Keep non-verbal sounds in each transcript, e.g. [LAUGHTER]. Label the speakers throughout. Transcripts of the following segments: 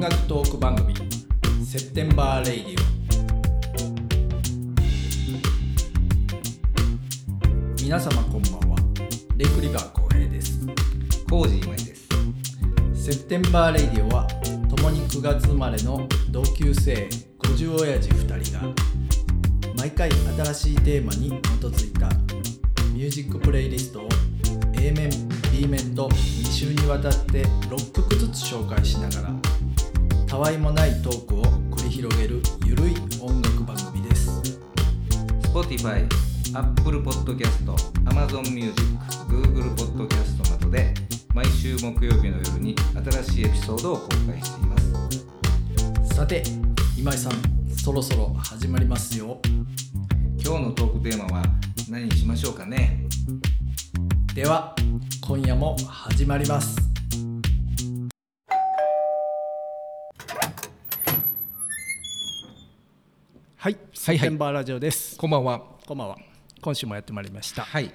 Speaker 1: 楽トーク番組「セプテンバー・レイディオ」皆様こんばんはレイクリバー浩平です
Speaker 2: コージーまいです。
Speaker 1: セプテンバー・レイディオは共に9月生まれの同級生50親父2人が毎回新しいテーマに基づいたミュージックプレイリストを A 面 B 面と2週にわたって6曲ずつ紹介しながらたわいもないトークを繰り広げるゆるい音楽番組です
Speaker 2: Spotify、Apple Podcast、Amazon Music、Google Podcast などで毎週木曜日の夜に新しいエピソードを公開しています。
Speaker 1: さて今井さんそろそろ始まりますよ
Speaker 2: 今日のトークテーマは何にしましょうかね
Speaker 1: では今夜も始まりますはい、セプテンバーラジオです
Speaker 2: こんばんは。
Speaker 1: こんばんは今週もやってまいりました
Speaker 2: はい。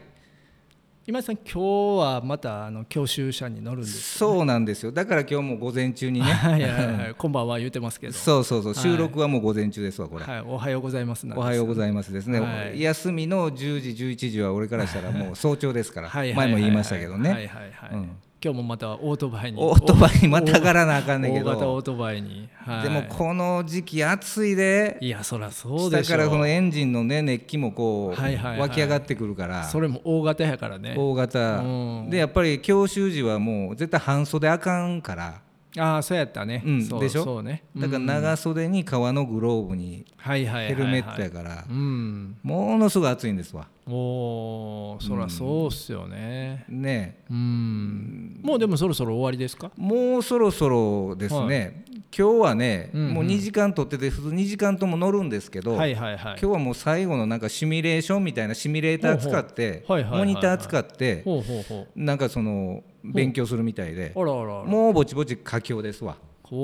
Speaker 1: 今井さん今日はまたあの教習車に乗るん [LAUGHS] です
Speaker 2: そうなんですよ。だから今日も午前中にね。
Speaker 1: [LAUGHS] はいはいはいこんばんは言ってますけど
Speaker 2: そうそうそう。
Speaker 1: はい
Speaker 2: 収録はもう午前中ですわ、これ。
Speaker 1: はい、おはようございますなんです
Speaker 2: おはようございますですね、
Speaker 1: はい
Speaker 2: 休みの10時11時は俺からしたらもう早朝ですから
Speaker 1: はい
Speaker 2: 前
Speaker 1: はいはい
Speaker 2: も言いましたけどね、
Speaker 1: はいはいはい、
Speaker 2: うん
Speaker 1: 今日もまたオートバイに
Speaker 2: オートバイにまたがらなあかんねんけど
Speaker 1: 大型オートバイに、はい、
Speaker 2: でもこの時期暑いで
Speaker 1: いやそらそう
Speaker 2: 下
Speaker 1: でしょ
Speaker 2: か
Speaker 1: う
Speaker 2: らこのエンジンのね熱気もこう
Speaker 1: はいはいはい
Speaker 2: 湧き上がってくるから
Speaker 1: それも大型やからね
Speaker 2: 大型
Speaker 1: うん
Speaker 2: でやっぱり教習時はもう絶対半袖あかんから
Speaker 1: ああそうやったね、
Speaker 2: うん
Speaker 1: そう
Speaker 2: でしょ
Speaker 1: そうね
Speaker 2: だから
Speaker 1: うん
Speaker 2: 長袖に革のグローブに
Speaker 1: はいはいはい
Speaker 2: ヘ
Speaker 1: はい
Speaker 2: ルメットやから
Speaker 1: うん
Speaker 2: ものすごい暑いんですわ
Speaker 1: おーそらそうっすよね
Speaker 2: ね
Speaker 1: うん、もうでもそろそろ終わりですか
Speaker 2: もうそろそろですね今日はね
Speaker 1: うんうん
Speaker 2: もう2時間取ってて普通2時間とも乗るんですけど
Speaker 1: はいはいはい
Speaker 2: 今日はもう最後のなんかシミュレーションみたいなシミュレーター使って
Speaker 1: ほうほうはいはいはい
Speaker 2: モ
Speaker 1: はい
Speaker 2: ニター使って
Speaker 1: ほうほうほ
Speaker 2: なんかその勉強するみたいで
Speaker 1: うあらあらあら
Speaker 2: もうぼちぼち佳境ですわ、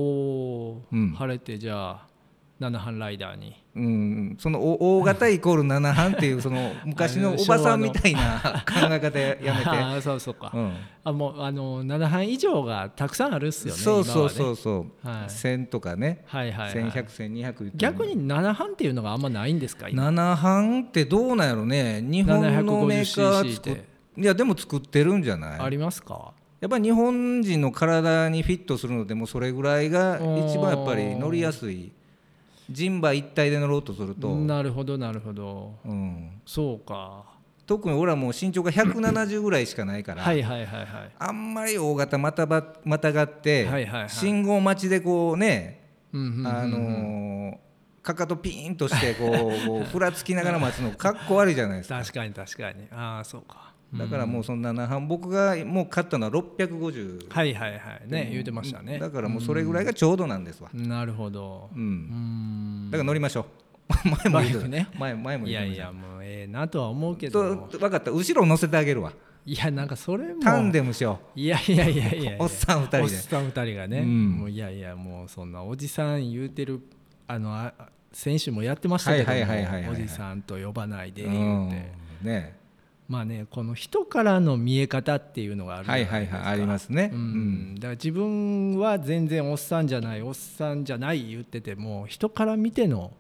Speaker 1: こう、
Speaker 2: うん
Speaker 1: 晴れてじゃあ七班ライダーに
Speaker 2: うん、そのお大型イコール7半っていうその昔
Speaker 1: [LAUGHS]
Speaker 2: のおばさんみたいな考え方やめ
Speaker 1: ああ [LAUGHS] そうそうか、
Speaker 2: て、うん
Speaker 1: あもうあの七班以上がたくさんあるっすよね
Speaker 2: そうそ
Speaker 1: 今
Speaker 2: う
Speaker 1: は
Speaker 2: そ
Speaker 1: ね
Speaker 2: うそう、
Speaker 1: はい
Speaker 2: 1000とかね
Speaker 1: はいはい、はい、
Speaker 2: 11001200
Speaker 1: 逆に七班っていうのがあんまないんですか今
Speaker 2: 7半ってどうなんやろね日本のメーカー
Speaker 1: 750cc
Speaker 2: 作っ
Speaker 1: で
Speaker 2: いやでも作ってるんじゃない
Speaker 1: ありますか
Speaker 2: やっぱり日本人の体にフィットするのでもうそれぐらいが一番やっぱり乗りやすい人馬一体で乗ろうとすると、
Speaker 1: なるほどなるほど
Speaker 2: うん、
Speaker 1: そうか
Speaker 2: 特に俺はもう身長が170ぐらいしかないから、
Speaker 1: はいはいはいはい
Speaker 2: あんまり大型またばまたがって、
Speaker 1: はいはいはい
Speaker 2: 信号待ちでこうね、
Speaker 1: うんうんうんうん
Speaker 2: あのーかかとピーンとしてこう
Speaker 1: [LAUGHS]
Speaker 2: こうふらつきながら待つのかっこ悪いじゃないですか
Speaker 1: 確かに確かにああそうか
Speaker 2: だからもうそんな半僕がもう買ったのは650
Speaker 1: はいはいはいね言うてましたね
Speaker 2: だからもうそれぐらいがちょうどなんですわ、
Speaker 1: なるほど
Speaker 2: う、
Speaker 1: うんん
Speaker 2: だから乗りましょう [LAUGHS] 前も言って
Speaker 1: バイク
Speaker 2: た
Speaker 1: ね
Speaker 2: 前前も
Speaker 1: い
Speaker 2: 言
Speaker 1: や
Speaker 2: ってま
Speaker 1: い
Speaker 2: した
Speaker 1: やもうええなとは思うけ
Speaker 2: と
Speaker 1: ど
Speaker 2: 分かった後ろ乗せてあげるわ
Speaker 1: いやなんかそれも
Speaker 2: タンデムしよ
Speaker 1: いやいやいやいや
Speaker 2: おっさん二人で
Speaker 1: おっさん二人がね、
Speaker 2: うん
Speaker 1: もういやいやもうそんなおじさん言うてるあのあ先週もやってました
Speaker 2: は
Speaker 1: け
Speaker 2: い
Speaker 1: ど
Speaker 2: はいはいはい
Speaker 1: も
Speaker 2: は
Speaker 1: お
Speaker 2: い
Speaker 1: じさんと呼ばないうで言うて、
Speaker 2: うんね
Speaker 1: まあねこの人からの見え方っていうのがあるじゃ
Speaker 2: は
Speaker 1: ない
Speaker 2: い
Speaker 1: ですか
Speaker 2: はいはいありますね、
Speaker 1: う
Speaker 2: うん
Speaker 1: ん、だから自分は全然おっさんじゃないおっさんじゃない言ってても人から見ての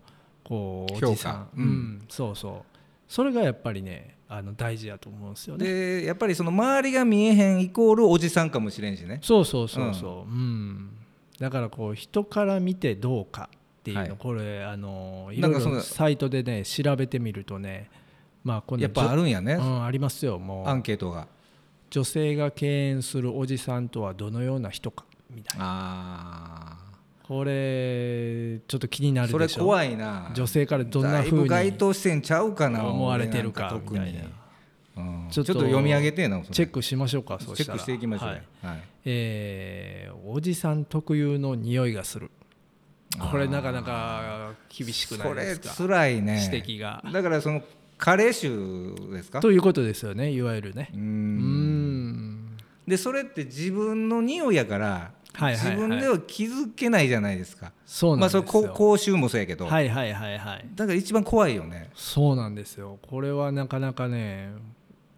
Speaker 1: こうおじさん
Speaker 2: 評価う
Speaker 1: うんん、そうそうそれがやっぱりねあの大事だと思うんですよね
Speaker 2: でやっぱりその周りが見えへんイコールおじさんかもしれんしね
Speaker 1: そうそうそうそう、うんだからこう人から見てどうかっていうの、
Speaker 2: はい
Speaker 1: これあのい
Speaker 2: な
Speaker 1: ろ
Speaker 2: ん
Speaker 1: い
Speaker 2: かその
Speaker 1: ろサイトでね調べてみるとねまあこの
Speaker 2: やっぱあるんやね、
Speaker 1: うん、ありますよも
Speaker 2: アン
Speaker 1: う
Speaker 2: ケートが
Speaker 1: 女性が敬遠するおじさんとはどのような人かみたいな
Speaker 2: あ
Speaker 1: これちょっと気にな
Speaker 2: あ
Speaker 1: る
Speaker 2: そ
Speaker 1: で
Speaker 2: れ
Speaker 1: しょ
Speaker 2: 怖いな
Speaker 1: 女性からどん
Speaker 2: だ
Speaker 1: ない風
Speaker 2: ぶ
Speaker 1: に
Speaker 2: 該
Speaker 1: チ
Speaker 2: 当してんちゃうかな
Speaker 1: 思われてるか
Speaker 2: 俺なん特に
Speaker 1: みたい
Speaker 2: うんち
Speaker 1: ち
Speaker 2: ょ
Speaker 1: ょ
Speaker 2: っ
Speaker 1: っ
Speaker 2: と
Speaker 1: と
Speaker 2: 読み上げてえなそれ
Speaker 1: ェックしましょうかそう
Speaker 2: チェ
Speaker 1: し
Speaker 2: ッ
Speaker 1: た
Speaker 2: ク
Speaker 1: ら
Speaker 2: していきましょう
Speaker 1: は
Speaker 2: ねはい
Speaker 1: えーおじさん特有の匂いがするこれなかなか厳しくな
Speaker 2: そ
Speaker 1: いで
Speaker 2: れ
Speaker 1: すか
Speaker 2: 辛いね
Speaker 1: 指摘が
Speaker 2: だからその加齢臭ですか
Speaker 1: ということですよねいわゆるね
Speaker 2: う
Speaker 1: うんん
Speaker 2: でそれって自分の匂いやから、
Speaker 1: はいはいはい
Speaker 2: 自分では気づけないじゃないですか
Speaker 1: そうなんですよ、
Speaker 2: まあそれこ口臭もそうやけど、
Speaker 1: はいはいはいはい
Speaker 2: だから一番怖いよね
Speaker 1: そうなんですよこれはなかなかね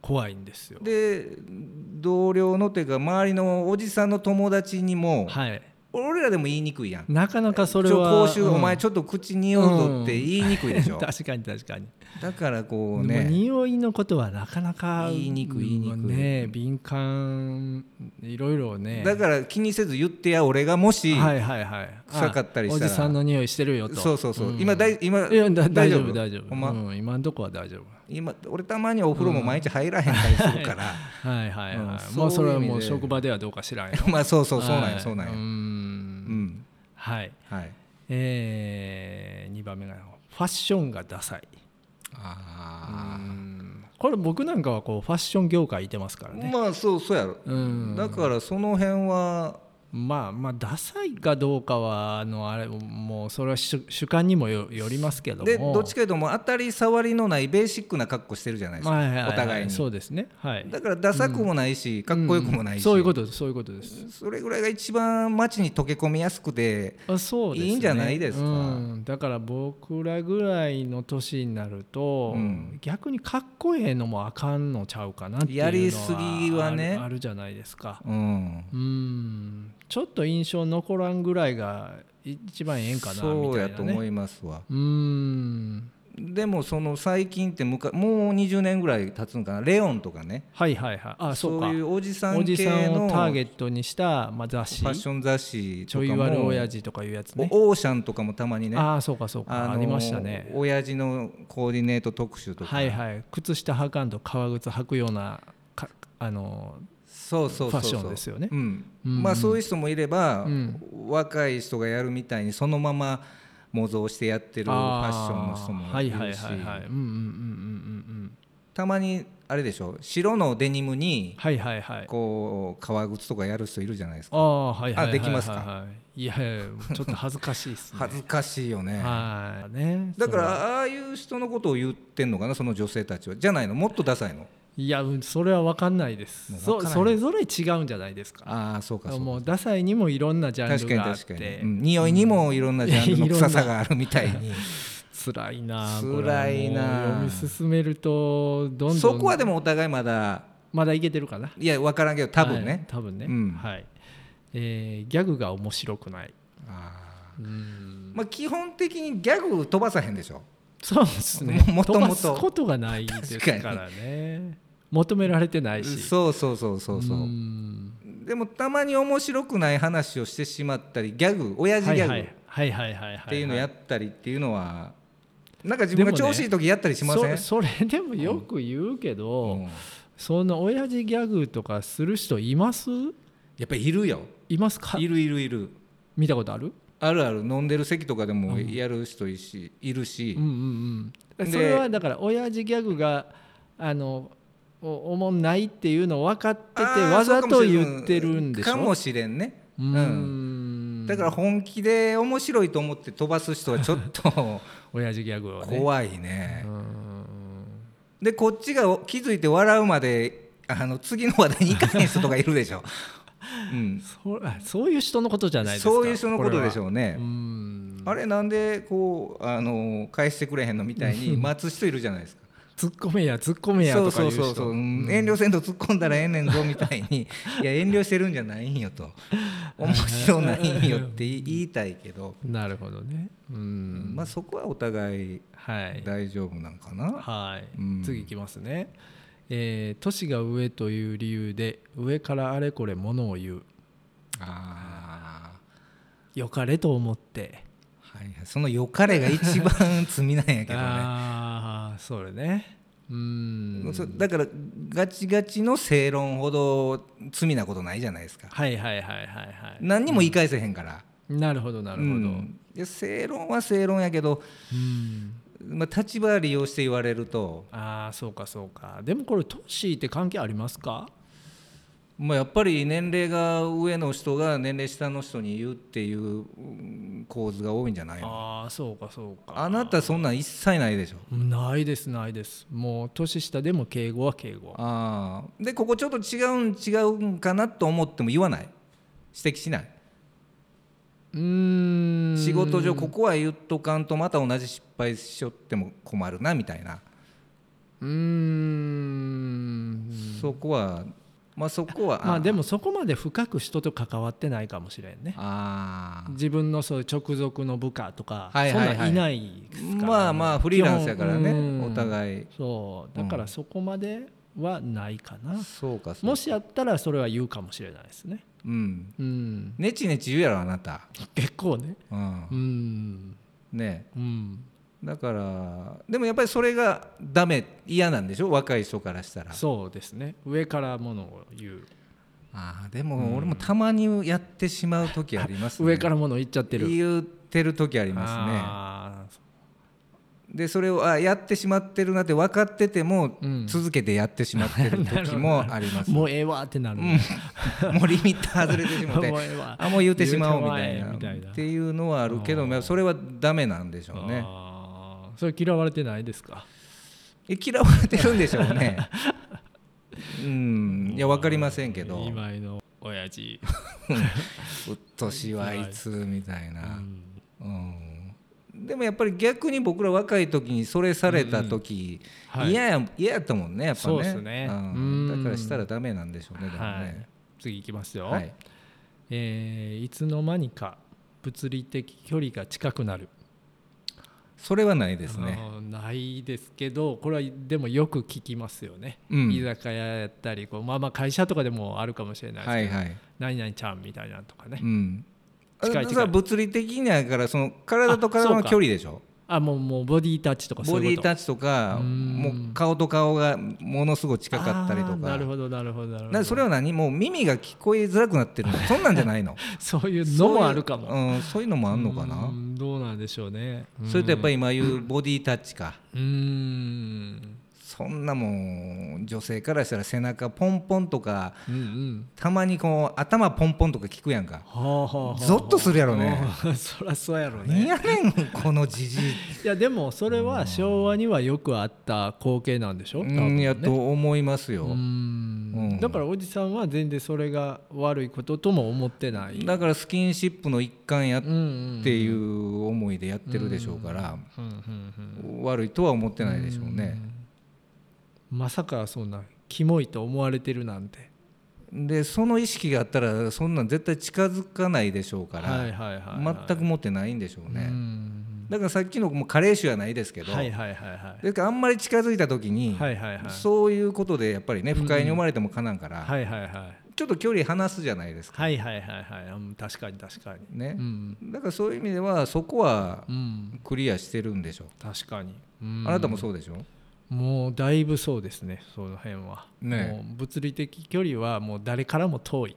Speaker 1: 怖いんですよ
Speaker 2: で同僚のていうか周りのおじさんの友達にも
Speaker 1: はい
Speaker 2: 俺らでも言いにくいやん
Speaker 1: なかなかそれ
Speaker 2: ちょ
Speaker 1: は
Speaker 2: 口臭、お前
Speaker 1: ょ
Speaker 2: ちょっと口におうぞって言いにくい
Speaker 1: [LAUGHS]
Speaker 2: でしょ、
Speaker 1: 確かに確かに、
Speaker 2: だからこう
Speaker 1: でも
Speaker 2: ね
Speaker 1: 匂いのことはなかなか
Speaker 2: 言いにくい言いにくい
Speaker 1: ね敏感いろいろね
Speaker 2: だから気にせず言ってや俺がもし、
Speaker 1: はいはいはい
Speaker 2: 臭かったり
Speaker 1: あ
Speaker 2: したら
Speaker 1: おじさんの匂いしてるよと
Speaker 2: そうそうそう、
Speaker 1: ん
Speaker 2: 今だい今
Speaker 1: いやだ大丈夫大丈夫、
Speaker 2: ほんま
Speaker 1: うん、今んとこは大丈夫
Speaker 2: 今俺たまにお風呂も毎日入らへんかりするから、
Speaker 1: はいはい
Speaker 2: うん
Speaker 1: はい、
Speaker 2: そういう
Speaker 1: もうそれは
Speaker 2: 意
Speaker 1: もう
Speaker 2: 味で
Speaker 1: 職場ではどうか知らんよ
Speaker 2: [LAUGHS] まあそうそうそうなん
Speaker 1: は
Speaker 2: や
Speaker 1: い
Speaker 2: そうなんや、
Speaker 1: うー
Speaker 2: うんん
Speaker 1: はい
Speaker 2: はい
Speaker 1: えー、2番目がファッションがダサい
Speaker 2: あ
Speaker 1: うんこれ僕なんかはこうファッション業界いてますから
Speaker 2: あ、
Speaker 1: ね
Speaker 2: まあそうそうやろ、
Speaker 1: うん
Speaker 2: だからその辺は
Speaker 1: まあまあダサいかどうかはあのあれもうそれは主主観にもよよりますけども
Speaker 2: でどっちかというともう当たり障りのないベーシックな格好してるじゃないですか、
Speaker 1: まあははは
Speaker 2: お互いに
Speaker 1: そうですねはい
Speaker 2: だからダサくもないし、かっこよくもないし、
Speaker 1: うんそういうことですそういうことです
Speaker 2: それぐらいが一番街に溶け込みやすくて
Speaker 1: あそうです、ね、
Speaker 2: いいんじゃないです
Speaker 1: う
Speaker 2: か
Speaker 1: ん、だから僕らぐらいの年になると、
Speaker 2: うん
Speaker 1: 逆にかっこええのもあかんのちゃうかなっていうの
Speaker 2: やりすぎはね
Speaker 1: あるあるじゃないですか
Speaker 2: うん
Speaker 1: うんちょっと印象残らんぐらいが一番ええんかなみたいな、ね、
Speaker 2: そうやと思いますわ
Speaker 1: うん
Speaker 2: でもその最近ってむかもう20年ぐらい経つのかなレオンとかね
Speaker 1: はいはいはいあそうか
Speaker 2: いうおじさ
Speaker 1: お
Speaker 2: ん
Speaker 1: じ
Speaker 2: 系
Speaker 1: さん
Speaker 2: の
Speaker 1: を
Speaker 2: フ
Speaker 1: ターゲ
Speaker 2: ァ
Speaker 1: ットにした、まあ、雑誌
Speaker 2: ッション雑誌
Speaker 1: ち
Speaker 2: と
Speaker 1: ょ
Speaker 2: か
Speaker 1: い
Speaker 2: も
Speaker 1: 悪親父とかいうやつね
Speaker 2: オーシャンとかもたまにね
Speaker 1: ああそうかそうか、あ
Speaker 2: のー
Speaker 1: りましたね
Speaker 2: 親父のコーディネート特集とか、
Speaker 1: はいはい靴下履かんと革靴履くようなかあのー
Speaker 2: そうそうそうそう
Speaker 1: ファッションですよね
Speaker 2: うん
Speaker 1: うん
Speaker 2: まあ、そういう人もいれば、
Speaker 1: うん
Speaker 2: 若い人がやるみたいにそのまま模造してやってるファッションの人
Speaker 1: あ
Speaker 2: も
Speaker 1: ー
Speaker 2: いるし
Speaker 1: はいはいはいはいうんうんうんうんうんうん
Speaker 2: たまにあれでしょ白のデニムに
Speaker 1: はいはいはい
Speaker 2: こう革靴とかやる人いるじゃないですか
Speaker 1: ああはいはいはいはいはい
Speaker 2: あできます
Speaker 1: は
Speaker 2: か
Speaker 1: いいやいやちょっと恥ずかしいですね
Speaker 2: [LAUGHS] 恥ずかしいよね
Speaker 1: はいね
Speaker 2: だか
Speaker 1: それは
Speaker 2: らああいう人のことを言ってんのかなその女性たちはじゃないのもっとダサいの
Speaker 1: いやうんそれは分かんないです
Speaker 2: もう分
Speaker 1: そ
Speaker 2: からない
Speaker 1: それぞれ違うんじゃないですか
Speaker 2: ああそうかそうか
Speaker 1: もうダサいにもいろんなジャン
Speaker 2: 確か
Speaker 1: ル
Speaker 2: に
Speaker 1: があっ
Speaker 2: 確かに、
Speaker 1: て
Speaker 2: うん匂いにもいろんなジャンルの臭さがある
Speaker 1: [LAUGHS]
Speaker 2: みたいに
Speaker 1: 辛いな
Speaker 2: 辛いな
Speaker 1: これはもう読み進めるとどんどん
Speaker 2: そこはでもお互いまだ
Speaker 1: まだいけてるかない
Speaker 2: や分からんけど多分
Speaker 1: はい
Speaker 2: ね、
Speaker 1: 多分ね、
Speaker 2: うん
Speaker 1: はい、えーギャグが面白くない
Speaker 2: あ
Speaker 1: う
Speaker 2: ー
Speaker 1: ん
Speaker 2: まあ、基本的にギャグ飛ばさへんでしょ
Speaker 1: そうですね
Speaker 2: [LAUGHS] もともと
Speaker 1: 飛ばすことがないですからね求められてないし
Speaker 2: そうそうそうそうそううんでもたまに面白くない話をしてしまったりギャグ親父
Speaker 1: は
Speaker 2: ギ
Speaker 1: い
Speaker 2: ャグ
Speaker 1: は
Speaker 2: っ
Speaker 1: いはいはいはいって
Speaker 2: いうのやったりっていうのはなんか自分が調子いい時やったりしません、
Speaker 1: そそれでもよく言うけど、
Speaker 2: うん
Speaker 1: そんな親父ギャグとかする人います
Speaker 2: やっぱいるよ
Speaker 1: いますか
Speaker 2: いるいるいる
Speaker 1: 見たことある
Speaker 2: あるある飲んでる席とかでもやる人いしいるし
Speaker 1: うんうんう
Speaker 2: で
Speaker 1: んそれはだから親父ギャグがあのおおもんないっていうのを分かってて
Speaker 2: あー
Speaker 1: わざ
Speaker 2: そ
Speaker 1: と
Speaker 2: うかもしれん
Speaker 1: 言ってるんでしょ
Speaker 2: かもしれんね
Speaker 1: う
Speaker 2: うん
Speaker 1: ん
Speaker 2: だから本気で面白いと思って飛ばす人はちょっ
Speaker 1: [LAUGHS]
Speaker 2: と
Speaker 1: 親父ギャグをね
Speaker 2: 怖いね
Speaker 1: うん
Speaker 2: でこっちが気づいて笑うまであの次の話題に行かない人とかいるで
Speaker 1: [LAUGHS]
Speaker 2: しょ、うん、
Speaker 1: そあそういう人のことじゃないですか
Speaker 2: そういう人のことでし
Speaker 1: う
Speaker 2: ょうね
Speaker 1: うん
Speaker 2: あれなんでこうあの返してくれへんのみた
Speaker 1: [LAUGHS]
Speaker 2: いに待つ人いるじゃないですか
Speaker 1: 突っ込めや突っ込めや
Speaker 2: そ
Speaker 1: と
Speaker 2: う
Speaker 1: か言
Speaker 2: そう
Speaker 1: う人
Speaker 2: そうそう、うん遠慮せんと突っ込んだらええねんぞみたい
Speaker 1: [LAUGHS]
Speaker 2: にいや遠慮してるんじゃないんよと面白ないんよって言い言いたいけど、
Speaker 1: なるほどねうん
Speaker 2: まあそこはお互い
Speaker 1: はい
Speaker 2: 大丈夫なんかな、
Speaker 1: はい、
Speaker 2: うん
Speaker 1: 次いきますね、えー、都市が上という理由で上からあれこれものを言う
Speaker 2: あ
Speaker 1: 良かれと思って
Speaker 2: ーはいはい、そのよかれが一番罪なんやけどね
Speaker 1: [LAUGHS] ああそれねうん
Speaker 2: そだからガチガチの正論ほど罪なことないじゃないですか
Speaker 1: はいはいはいはいはい
Speaker 2: 何にも言い返せへんから、
Speaker 1: なるほどなるほど、
Speaker 2: うんいや正論は正論やけど、
Speaker 1: うん
Speaker 2: まあ、立場利用して言われると、
Speaker 1: ああそうかそうかでもこれ都市って関係ありますか
Speaker 2: まあ、やっぱり年齢が上の人が年齢下の人に言うっていううん構図が多いんじゃないの
Speaker 1: ああそうかそうか
Speaker 2: あなたそんなん一切ないでしょ
Speaker 1: ないですないですもう年下でも敬語は敬語
Speaker 2: ああでここちょっと違うん違うんかなと思っても言わない指摘しないう
Speaker 1: ーん
Speaker 2: 仕事上ここは言っとかんとまた同じ失敗しよっても困るなみたいな、
Speaker 1: うーん
Speaker 2: そこはまあそこは
Speaker 1: まあで
Speaker 2: も
Speaker 1: もそこまで深く人と関わってないかもしれんね
Speaker 2: ああ
Speaker 1: 自分のそういう直属の部下とか、
Speaker 2: はいはいはい
Speaker 1: そんなんいないですからね
Speaker 2: まあまあフリーランスやから
Speaker 1: 基
Speaker 2: ね
Speaker 1: 本うん
Speaker 2: お互い
Speaker 1: そうだからそこまではないかな、
Speaker 2: そうかそうか
Speaker 1: もしやったらそれは言うかもしれないですね
Speaker 2: うん
Speaker 1: うん
Speaker 2: ねちねち言うやろあなた
Speaker 1: 結構ね
Speaker 2: うん
Speaker 1: うん
Speaker 2: ね
Speaker 1: うん
Speaker 2: だからでもやっぱりそれがダメ嫌なんでしょ若い人からしたら
Speaker 1: そうですね上からものを言う
Speaker 2: あーでも俺もたまにやってしまう時ありますね
Speaker 1: 上からもの言っちゃってる
Speaker 2: 言ってる時ありま
Speaker 1: あー
Speaker 2: すねでそれをあやってしまってるなって分かってても、
Speaker 1: うん
Speaker 2: 続けてやってしまってる時
Speaker 1: [LAUGHS]
Speaker 2: もあります
Speaker 1: もうええわってなる、
Speaker 2: もうリミッター外れてしまって
Speaker 1: もうええわ
Speaker 2: あもう言ってしまおうみたい
Speaker 1: 言うてまえみたい
Speaker 2: な
Speaker 1: な
Speaker 2: っていうのはあるけどまあそれはダメなんでしょうね
Speaker 1: あーそれ嫌われてないですか
Speaker 2: え嫌われてるんでしょうね
Speaker 1: [LAUGHS]
Speaker 2: うんいや分かりませんけど
Speaker 1: 今井の親
Speaker 2: [LAUGHS]
Speaker 1: 父、
Speaker 2: うっとしはいつみたいうな、
Speaker 1: ん
Speaker 2: うんでもやっぱり逆に僕ら若い時にそれされた時
Speaker 1: うんうんはい
Speaker 2: 嫌、や嫌やったもんねやっぱね
Speaker 1: そうっすね
Speaker 2: うん
Speaker 1: うん
Speaker 2: だからしたらダメなんでしょうねでも
Speaker 1: はい
Speaker 2: ね、
Speaker 1: 次いきますよ、
Speaker 2: はい
Speaker 1: えーいつの間にか物理的距離が近くなる
Speaker 2: それはないですね
Speaker 1: あーないですけどこれはでもよく聞きますよね、
Speaker 2: うん
Speaker 1: 居酒屋やったりこうまあまあ会社とかでもあるかもしれないです
Speaker 2: は
Speaker 1: け
Speaker 2: い
Speaker 1: ど、
Speaker 2: はい
Speaker 1: 何々ちゃんみたいなのとかね、
Speaker 2: うんあ
Speaker 1: 近い近い
Speaker 2: だから物理的にはだからその体と体の距離でしょ
Speaker 1: あもうもうボディタッチとかそ
Speaker 2: ボ
Speaker 1: う
Speaker 2: デ
Speaker 1: いう
Speaker 2: ィ
Speaker 1: こと
Speaker 2: タッチとか
Speaker 1: うん
Speaker 2: もう顔と顔がものすごい近かったり
Speaker 1: あ
Speaker 2: と
Speaker 1: ーなる
Speaker 2: か
Speaker 1: ほどなるほどなるほ
Speaker 2: な
Speaker 1: ど
Speaker 2: それは何もう耳が聞こえづらくなってるのそんなんじゃないの
Speaker 1: そういうのもあるかも
Speaker 2: そういう,、うん、そういうのもあんのかな
Speaker 1: うんどうなんでしょうね
Speaker 2: それとやっぱ
Speaker 1: り
Speaker 2: り今言うボディタッチか、
Speaker 1: うーん
Speaker 2: そんなもん女性からしたら背中ポンポンとか
Speaker 1: うんうん
Speaker 2: たまにこう頭ポンポンとか聞くやんか
Speaker 1: はあはあはあ
Speaker 2: ゾッとするやろね
Speaker 1: うん [LAUGHS] そりゃそうやろ
Speaker 2: 何
Speaker 1: ね
Speaker 2: やねんこの
Speaker 1: [LAUGHS]
Speaker 2: じじい
Speaker 1: いやでもそれは昭和にはよくあった光景なんでしょ多分
Speaker 2: うん
Speaker 1: ね
Speaker 2: やと思いますよ、
Speaker 1: うん
Speaker 2: うん
Speaker 1: だからおじさんは全然それが悪いこととも思ってない
Speaker 2: だからスキンシップの一環やっ
Speaker 1: うんうん
Speaker 2: ていう思いでやってるでしょうから、
Speaker 1: うんうんうん
Speaker 2: 悪いとは思ってないでしょうね、
Speaker 1: まさかそんなキモいと思われてるなんて
Speaker 2: でその意識があったらそんなん絶対近づかないでしょうから、
Speaker 1: はいはいはいはい
Speaker 2: 全く持ってないんでしょうね、
Speaker 1: うん
Speaker 2: だからさっきのもう加齢臭はないですけど、
Speaker 1: はいはいはいはい
Speaker 2: ですからあんまり近づいた時に、
Speaker 1: はいはいはい
Speaker 2: そういうことでやっぱりね不快に思われてもかなんから、
Speaker 1: はいはいはい
Speaker 2: ちょっと距離離すじゃないですか
Speaker 1: はいはいはいはいうん確かに確かに
Speaker 2: ね
Speaker 1: う、ん、
Speaker 2: だからそういう意味ではそこは
Speaker 1: うん、
Speaker 2: クリアしてるんでしょ
Speaker 1: 確かに、
Speaker 2: う、
Speaker 1: うん
Speaker 2: あなたもそうでしょ
Speaker 1: もうだいぶそうですねその辺は、
Speaker 2: ねえ
Speaker 1: もう物理的距離はもう誰からも遠
Speaker 2: [LAUGHS]
Speaker 1: い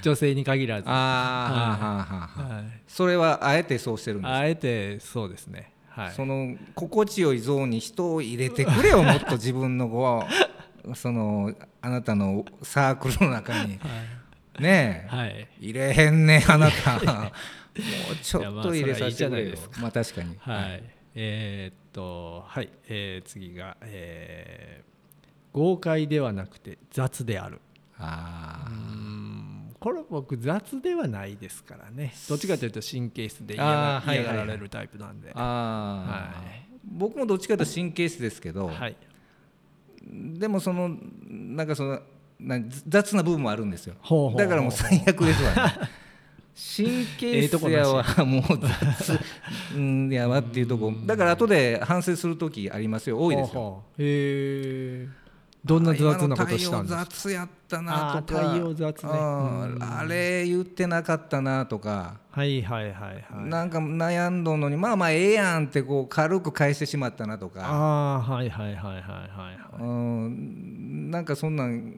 Speaker 1: 女性に限らず、は
Speaker 2: ああ、はあはあはあ
Speaker 1: い、
Speaker 2: それはあえてそうしてるんです
Speaker 1: あえてそうですねはい
Speaker 2: その心地よいゾーンに人を入れてくれよもっと自分のこうそのあなたのサークルの中にねえ、
Speaker 1: はい
Speaker 2: 入れへ
Speaker 1: [LAUGHS]
Speaker 2: んねあなたもうちょっと入れ
Speaker 1: いやまあそれはい
Speaker 2: させてくれ
Speaker 1: いじゃない
Speaker 2: よ
Speaker 1: です
Speaker 2: まあ確かに
Speaker 1: はい、えーっとはい、えー次が、えー豪快ではなくて雑である
Speaker 2: あ
Speaker 1: う
Speaker 2: ー
Speaker 1: んこれ僕雑ではないですからねどっちかというと神経質で嫌が
Speaker 2: あーはい
Speaker 1: 嫌
Speaker 2: はいは
Speaker 1: が
Speaker 2: い
Speaker 1: られるタイプなんで
Speaker 2: あー、
Speaker 1: はい
Speaker 2: 僕もどっちかというと神経質ですけど、
Speaker 1: はい
Speaker 2: でもそのなんかそのな雑な部分もあるんですよ
Speaker 1: ほうほうほう
Speaker 2: だからもう最悪ですわ、
Speaker 1: [LAUGHS]
Speaker 2: ね、神経質やわもう雑うんやわっていうとこだから後で反省する時ありますよ多いですよ
Speaker 1: よへえどんな雑なことしたんですか
Speaker 2: あ今の対応雑やったなとか
Speaker 1: あー対応雑ね
Speaker 2: うんあれ言ってなかったなとか
Speaker 1: はいはいはいはい
Speaker 2: なんか悩んどんのにまあまあええやんってこう軽く返してしまったなとか
Speaker 1: ああーはいはいはいはいはいは
Speaker 2: うんなんかそんなん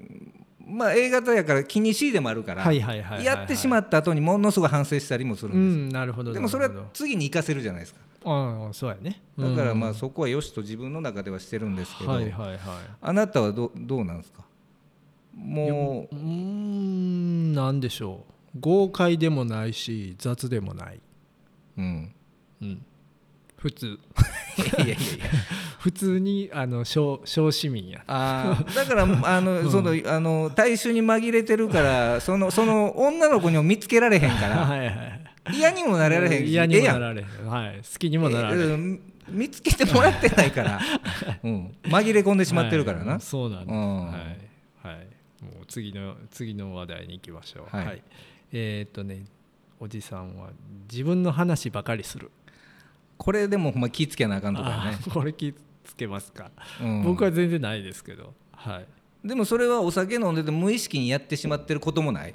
Speaker 2: まあ A 型やから気にしいでもあるから、
Speaker 1: はいはいはいはいはい
Speaker 2: やってしまった後にものすごい反省したりもする
Speaker 1: いうんん
Speaker 2: で
Speaker 1: なるほ
Speaker 2: す、
Speaker 1: ど
Speaker 2: でもそれ
Speaker 1: なる
Speaker 2: は次に生かせるじゃないですか
Speaker 1: ほどああそうやね
Speaker 2: だから
Speaker 1: うん
Speaker 2: まあそこはよしと自分の中ではしてるんですけど、
Speaker 1: はいはいはい
Speaker 2: あなたはどどうなんですかも、
Speaker 1: うーんなんでしょう豪快でもないし雑でもないう [LAUGHS]
Speaker 2: うん、
Speaker 1: うん普通 [LAUGHS]
Speaker 2: いやいやいや
Speaker 1: 普通にあの小小市民や
Speaker 2: あーだからあの、そのあの大衆に紛れてるからそのその女の子にも見つけられへんから
Speaker 1: はいはい
Speaker 2: 嫌にもなられへんし
Speaker 1: 嫌に
Speaker 2: ええ
Speaker 1: も
Speaker 2: やん
Speaker 1: なられへん、はい、好きにもなられへん、
Speaker 2: えうん見つけても
Speaker 1: [LAUGHS]
Speaker 2: らってないから、うん、紛れ込んでしまってるからな、
Speaker 1: はいそうなんです、
Speaker 2: うん
Speaker 1: はいはいもう次の次の話題に行きましょう。
Speaker 2: はい
Speaker 1: えーっとねおじさんは自分の話ばかりする。
Speaker 2: これでもほんま気ぃつけなあかんとか
Speaker 1: あーこれ気つけますか、
Speaker 2: ね、うん
Speaker 1: 僕は全然ないですけど。はい。
Speaker 2: でもそれはお酒飲んでて無意識にやってしまってることもない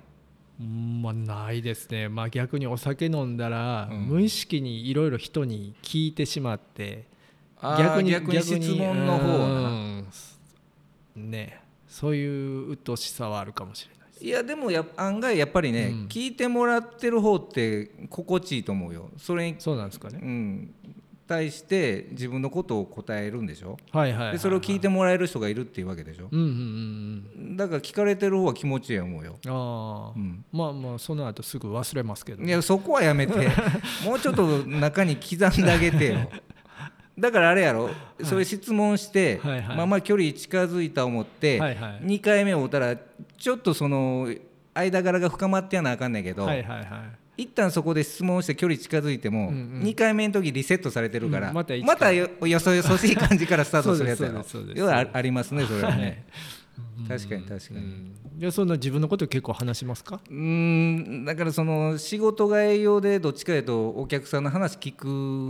Speaker 1: うんまあないですね、まあ、逆にお酒飲んだら、
Speaker 2: うん
Speaker 1: 無意識にいろいろ人に聞いてしまって
Speaker 2: あー逆に質問の方はな
Speaker 1: うんねそういう鬱陶しさはあるかもしれないです
Speaker 2: いやでもや案外やっぱりね、
Speaker 1: うん
Speaker 2: 聞いてもらってる方って心地いいと思うよそれに、
Speaker 1: そうなんですか
Speaker 2: う
Speaker 1: ね、
Speaker 2: ん、対して自分のことを答えるんでしょ
Speaker 1: はいはいはいはい
Speaker 2: でそれを聞いてもらえる人がいるっていうわけでしょ
Speaker 1: うんうんうん
Speaker 2: だから聞かれてる方は気持ちいい思うよ、
Speaker 1: うんああ、
Speaker 2: うん、
Speaker 1: まあまあその後すぐ忘れますけど
Speaker 2: いやそこはやめて
Speaker 1: [LAUGHS]
Speaker 2: もうちょっと中に刻んであげてよだからあれやろそれ質問して、
Speaker 1: はいはい
Speaker 2: まあまあ距離近づいた思って、
Speaker 1: はいはい
Speaker 2: 2回目を打ったらちょっとその間柄が深まってやなあかんねんけど、
Speaker 1: はいはいはい
Speaker 2: 一旦そこで質問して距離近づいても、
Speaker 1: うんうん
Speaker 2: 2回目の時リセットされてるから、
Speaker 1: うんまた一
Speaker 2: またよよそよそしい感じからスタートするやつや
Speaker 1: [LAUGHS]
Speaker 2: ろ
Speaker 1: そうですそうですそうです
Speaker 2: 要はあありますねそれはね、 [LAUGHS] 確かに確かに、
Speaker 1: うんいやそんな自分のこと結構話しますか
Speaker 2: うーんだからその仕事が営業でどっちかというとお客さんの話聞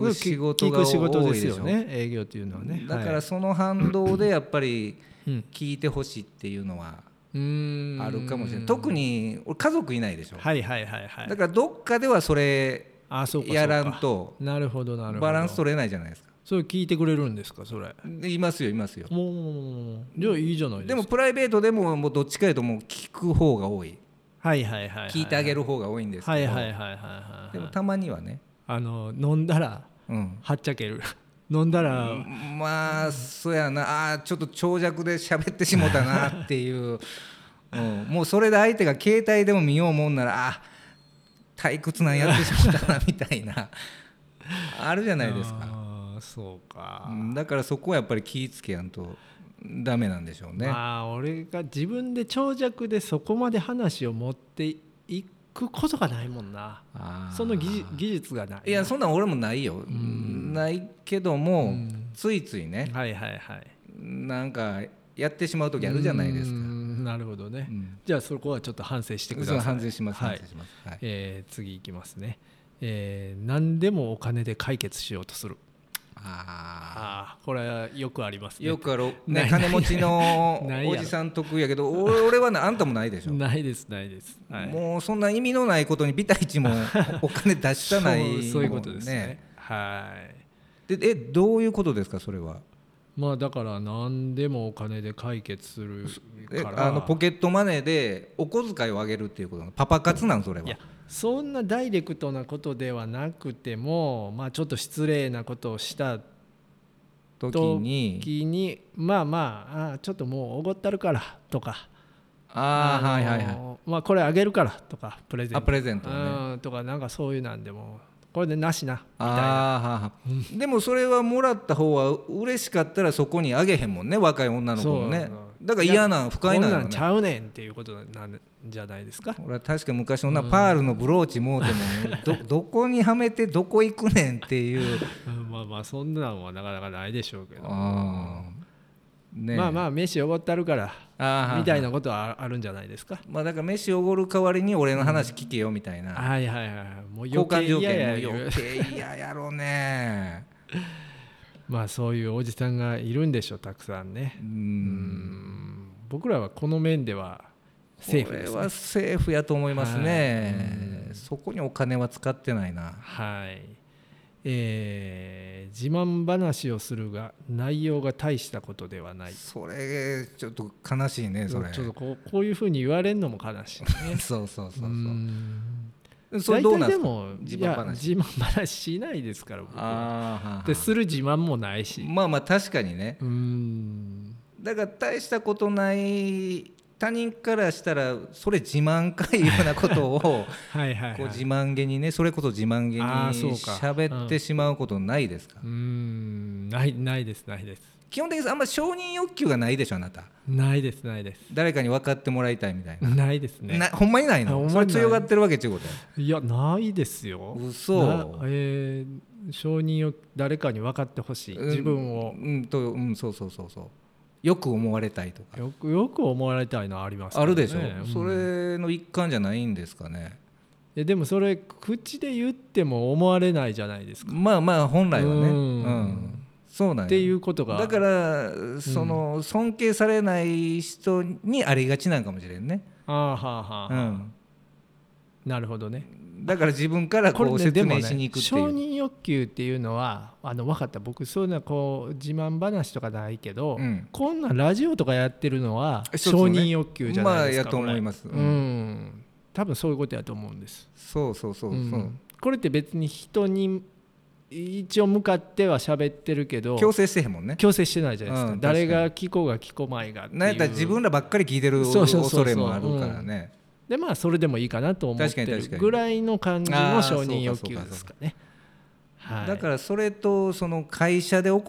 Speaker 2: く仕事が
Speaker 1: 聞
Speaker 2: 多
Speaker 1: く仕事
Speaker 2: い
Speaker 1: で
Speaker 2: ですしょ
Speaker 1: よね営業っていうのはね
Speaker 2: だか
Speaker 1: は
Speaker 2: ら
Speaker 1: い
Speaker 2: その反動でやっ
Speaker 1: [LAUGHS]
Speaker 2: ぱり
Speaker 1: うん
Speaker 2: 聞いてほしいっていうのは
Speaker 1: うーん
Speaker 2: あるかもしれない特に俺家族いないでしょ、
Speaker 1: はいはいはいはい
Speaker 2: だからどっかではそれ
Speaker 1: あそうかそうか
Speaker 2: やらんと
Speaker 1: なるほどなるほど
Speaker 2: バランス取れないじゃないですか
Speaker 1: それ聞いてくれるんですかそれ
Speaker 2: でいますよいますよ
Speaker 1: もうじゃあいいじゃないです
Speaker 2: で
Speaker 1: か
Speaker 2: もプライベートでももうどっちかというともう聞く方が多い
Speaker 1: はいはいはいは
Speaker 2: 聞いてあげ
Speaker 1: る
Speaker 2: る方が多いんですけど、
Speaker 1: はいはいはいはいはい
Speaker 2: でもたまにはね、
Speaker 1: あの飲んだら
Speaker 2: うん、
Speaker 1: はっちゃける [LAUGHS] 飲んだら
Speaker 2: まあそうやなあーちょっと長尺で喋ってしもたなっ
Speaker 1: [LAUGHS]
Speaker 2: ていう、うん、もうそれで相手が携帯でも見ようもんならあ退屈なんやってしもたなみたいな [LAUGHS] あるじゃないですか
Speaker 1: あーそうか
Speaker 2: うんだからそこはやっぱり気ぃつけやんとダメなんでしょうね、
Speaker 1: まあ俺が自分で長尺でそこまで話を持っていくことがないもんな
Speaker 2: あー
Speaker 1: その技技術がない
Speaker 2: いやそんなん俺もないよ、ないけども、ついついね
Speaker 1: はいはいはい
Speaker 2: なんかやってしまう時あるじゃないですか
Speaker 1: うーんなるほどね、
Speaker 2: うん
Speaker 1: じゃあそこはちょっと反省してくだ
Speaker 2: そう
Speaker 1: さい
Speaker 2: 反省します
Speaker 1: は
Speaker 2: 反
Speaker 1: い
Speaker 2: 省します、はい
Speaker 1: えー次いきますね、えー何でもお金で解決しようとする
Speaker 2: あ
Speaker 1: ああこれはよくあります
Speaker 2: ー
Speaker 1: ね
Speaker 2: よくある、
Speaker 1: な
Speaker 2: ね
Speaker 1: い、
Speaker 2: 金持ちの
Speaker 1: ない
Speaker 2: おじさん得意やけど俺俺はなあんたもないでしょ、
Speaker 1: ないですないです、はい、
Speaker 2: もうそんな意味のないことにビタ一もお金出したないもん、
Speaker 1: そうそういうことですねはい
Speaker 2: でえどういうことですかそれは
Speaker 1: まあだから何でもお金で解決する
Speaker 2: え
Speaker 1: から
Speaker 2: あのポケットマネーでお小遣いをあげるっていうことなのパパ活なんそれはい
Speaker 1: やそんなダイレクトなことではなくても、まあ、ちょっと失礼なことをした
Speaker 2: 時に
Speaker 1: 時にまあまああーちょっともうおごったるからとか
Speaker 2: ああはい
Speaker 1: のー
Speaker 2: はいはい
Speaker 1: まあこれあげるからとかプレゼント
Speaker 2: あプレゼントね
Speaker 1: うんとかなんかそういうなんでもこれでなしなみたいな
Speaker 2: あーはーはーでもそれはもらった方は嬉しかったらそこにあげへんもんね若い女の子も
Speaker 1: そう
Speaker 2: ね
Speaker 1: なの
Speaker 2: だから嫌なん不
Speaker 1: こ
Speaker 2: 快
Speaker 1: ん
Speaker 2: なんよ
Speaker 1: なん
Speaker 2: ね
Speaker 1: ちゃうねんっていうことなんじゃないですか
Speaker 2: 俺は確か昔のなパールのブローチもうても
Speaker 1: [LAUGHS]
Speaker 2: どどこにはめてどこ行くねんっていう
Speaker 1: うんまあまあそんなんはなかなかないでしょうけど
Speaker 2: あーねえ
Speaker 1: まあまあ飯おごったるから
Speaker 2: あー
Speaker 1: みたいなことはああるんじゃないですか
Speaker 2: まあだから飯おごる代わりに俺の話聞けよみたいな
Speaker 1: はいはいはいもう
Speaker 2: 交換条
Speaker 1: 嫌
Speaker 2: 件
Speaker 1: や
Speaker 2: も
Speaker 1: いう
Speaker 2: 余計嫌やろね
Speaker 1: まあそういうおじさんがいるんでしょうたくさんね
Speaker 2: う
Speaker 1: うんん僕らはこの面ではセーフです
Speaker 2: これはセーフやと思いますねそこにお金は使ってないな
Speaker 1: はい、えー自慢話をするが内容が大したことではない
Speaker 2: それちょっと悲しいねそれ
Speaker 1: ちょっとこうこういうふうに言われるのも悲しい
Speaker 2: そうそうそう
Speaker 1: う
Speaker 2: そ
Speaker 1: ん
Speaker 2: うそれどうなん
Speaker 1: 大体
Speaker 2: で
Speaker 1: です
Speaker 2: か
Speaker 1: も
Speaker 2: 自
Speaker 1: 自
Speaker 2: 慢
Speaker 1: 慢
Speaker 2: 話
Speaker 1: 話自慢話しないですから僕は
Speaker 2: あーはーはー
Speaker 1: でする自慢もないし
Speaker 2: まあまあ確かにね
Speaker 1: うん
Speaker 2: だから大したことない他人からしたらそれ自慢かいうようなこと [LAUGHS] を
Speaker 1: はいはい、
Speaker 2: こう
Speaker 1: はい、
Speaker 2: 自慢げにねそれこそ自慢げに
Speaker 1: あーそうか
Speaker 2: 喋ってしまうことないですか、
Speaker 1: うんないないですないです
Speaker 2: 基本的にあんま承認欲求がないでしょあなた
Speaker 1: ないですないです
Speaker 2: 誰かに分かってもらいたいみたいな,、
Speaker 1: ないですね
Speaker 2: な [LAUGHS] ほんまにない
Speaker 1: あほんま
Speaker 2: の
Speaker 1: に
Speaker 2: そ
Speaker 1: な
Speaker 2: れ
Speaker 1: い
Speaker 2: 強がってるわけっていうことや
Speaker 1: いやないですよ
Speaker 2: 嘘
Speaker 1: なえー承認を誰かに分かってほしい自分を
Speaker 2: うん、うんとうんそうそうそうそうよく思われたいとか
Speaker 1: よくよく思われたいのはありますけ
Speaker 2: あ
Speaker 1: どね、
Speaker 2: るでしょ、
Speaker 1: うん
Speaker 2: それの一環じゃないんですかね
Speaker 1: いやでもそれ口で言っても思われないじゃないですか
Speaker 2: まあまあ本来はねう、
Speaker 1: うんん
Speaker 2: そうなんよ
Speaker 1: っていうことが
Speaker 2: だからその尊敬されない人にありがちなんかもしれんね、
Speaker 1: ああはあは
Speaker 2: う
Speaker 1: あ、
Speaker 2: ん、
Speaker 1: なるほどね
Speaker 2: だから自分からこう説明しに行くってい
Speaker 1: 承
Speaker 2: う、
Speaker 1: 認欲求っていうのはあの分かった僕そういうのはこう自慢話とかないけど、
Speaker 2: うん
Speaker 1: こんなんラジオとかやってるのは
Speaker 2: 一つ
Speaker 1: 承
Speaker 2: のね
Speaker 1: 認欲求じゃないですか、
Speaker 2: まあやと思い
Speaker 1: これ
Speaker 2: ますう
Speaker 1: うんん、多分そういうことやと思うんです
Speaker 2: そうそうそうそう、
Speaker 1: んこれって別に人に一応向かっては喋ってるけど
Speaker 2: 強制してへんもんね
Speaker 1: 強制してないじゃないですか,、
Speaker 2: うん確かに
Speaker 1: 誰が聞こうが聞こまいがっていう
Speaker 2: なんやったら自分らばっかり聞いてる
Speaker 1: そうそうそうそう
Speaker 2: 恐れもあるからね
Speaker 1: でまあそれでもいいかなと思って
Speaker 2: 確かに確か
Speaker 1: る
Speaker 2: に
Speaker 1: ぐらいの感じ
Speaker 2: あー
Speaker 1: の承認欲求
Speaker 2: そうかそうか
Speaker 1: ですかねはい
Speaker 2: だからそれとその会社で行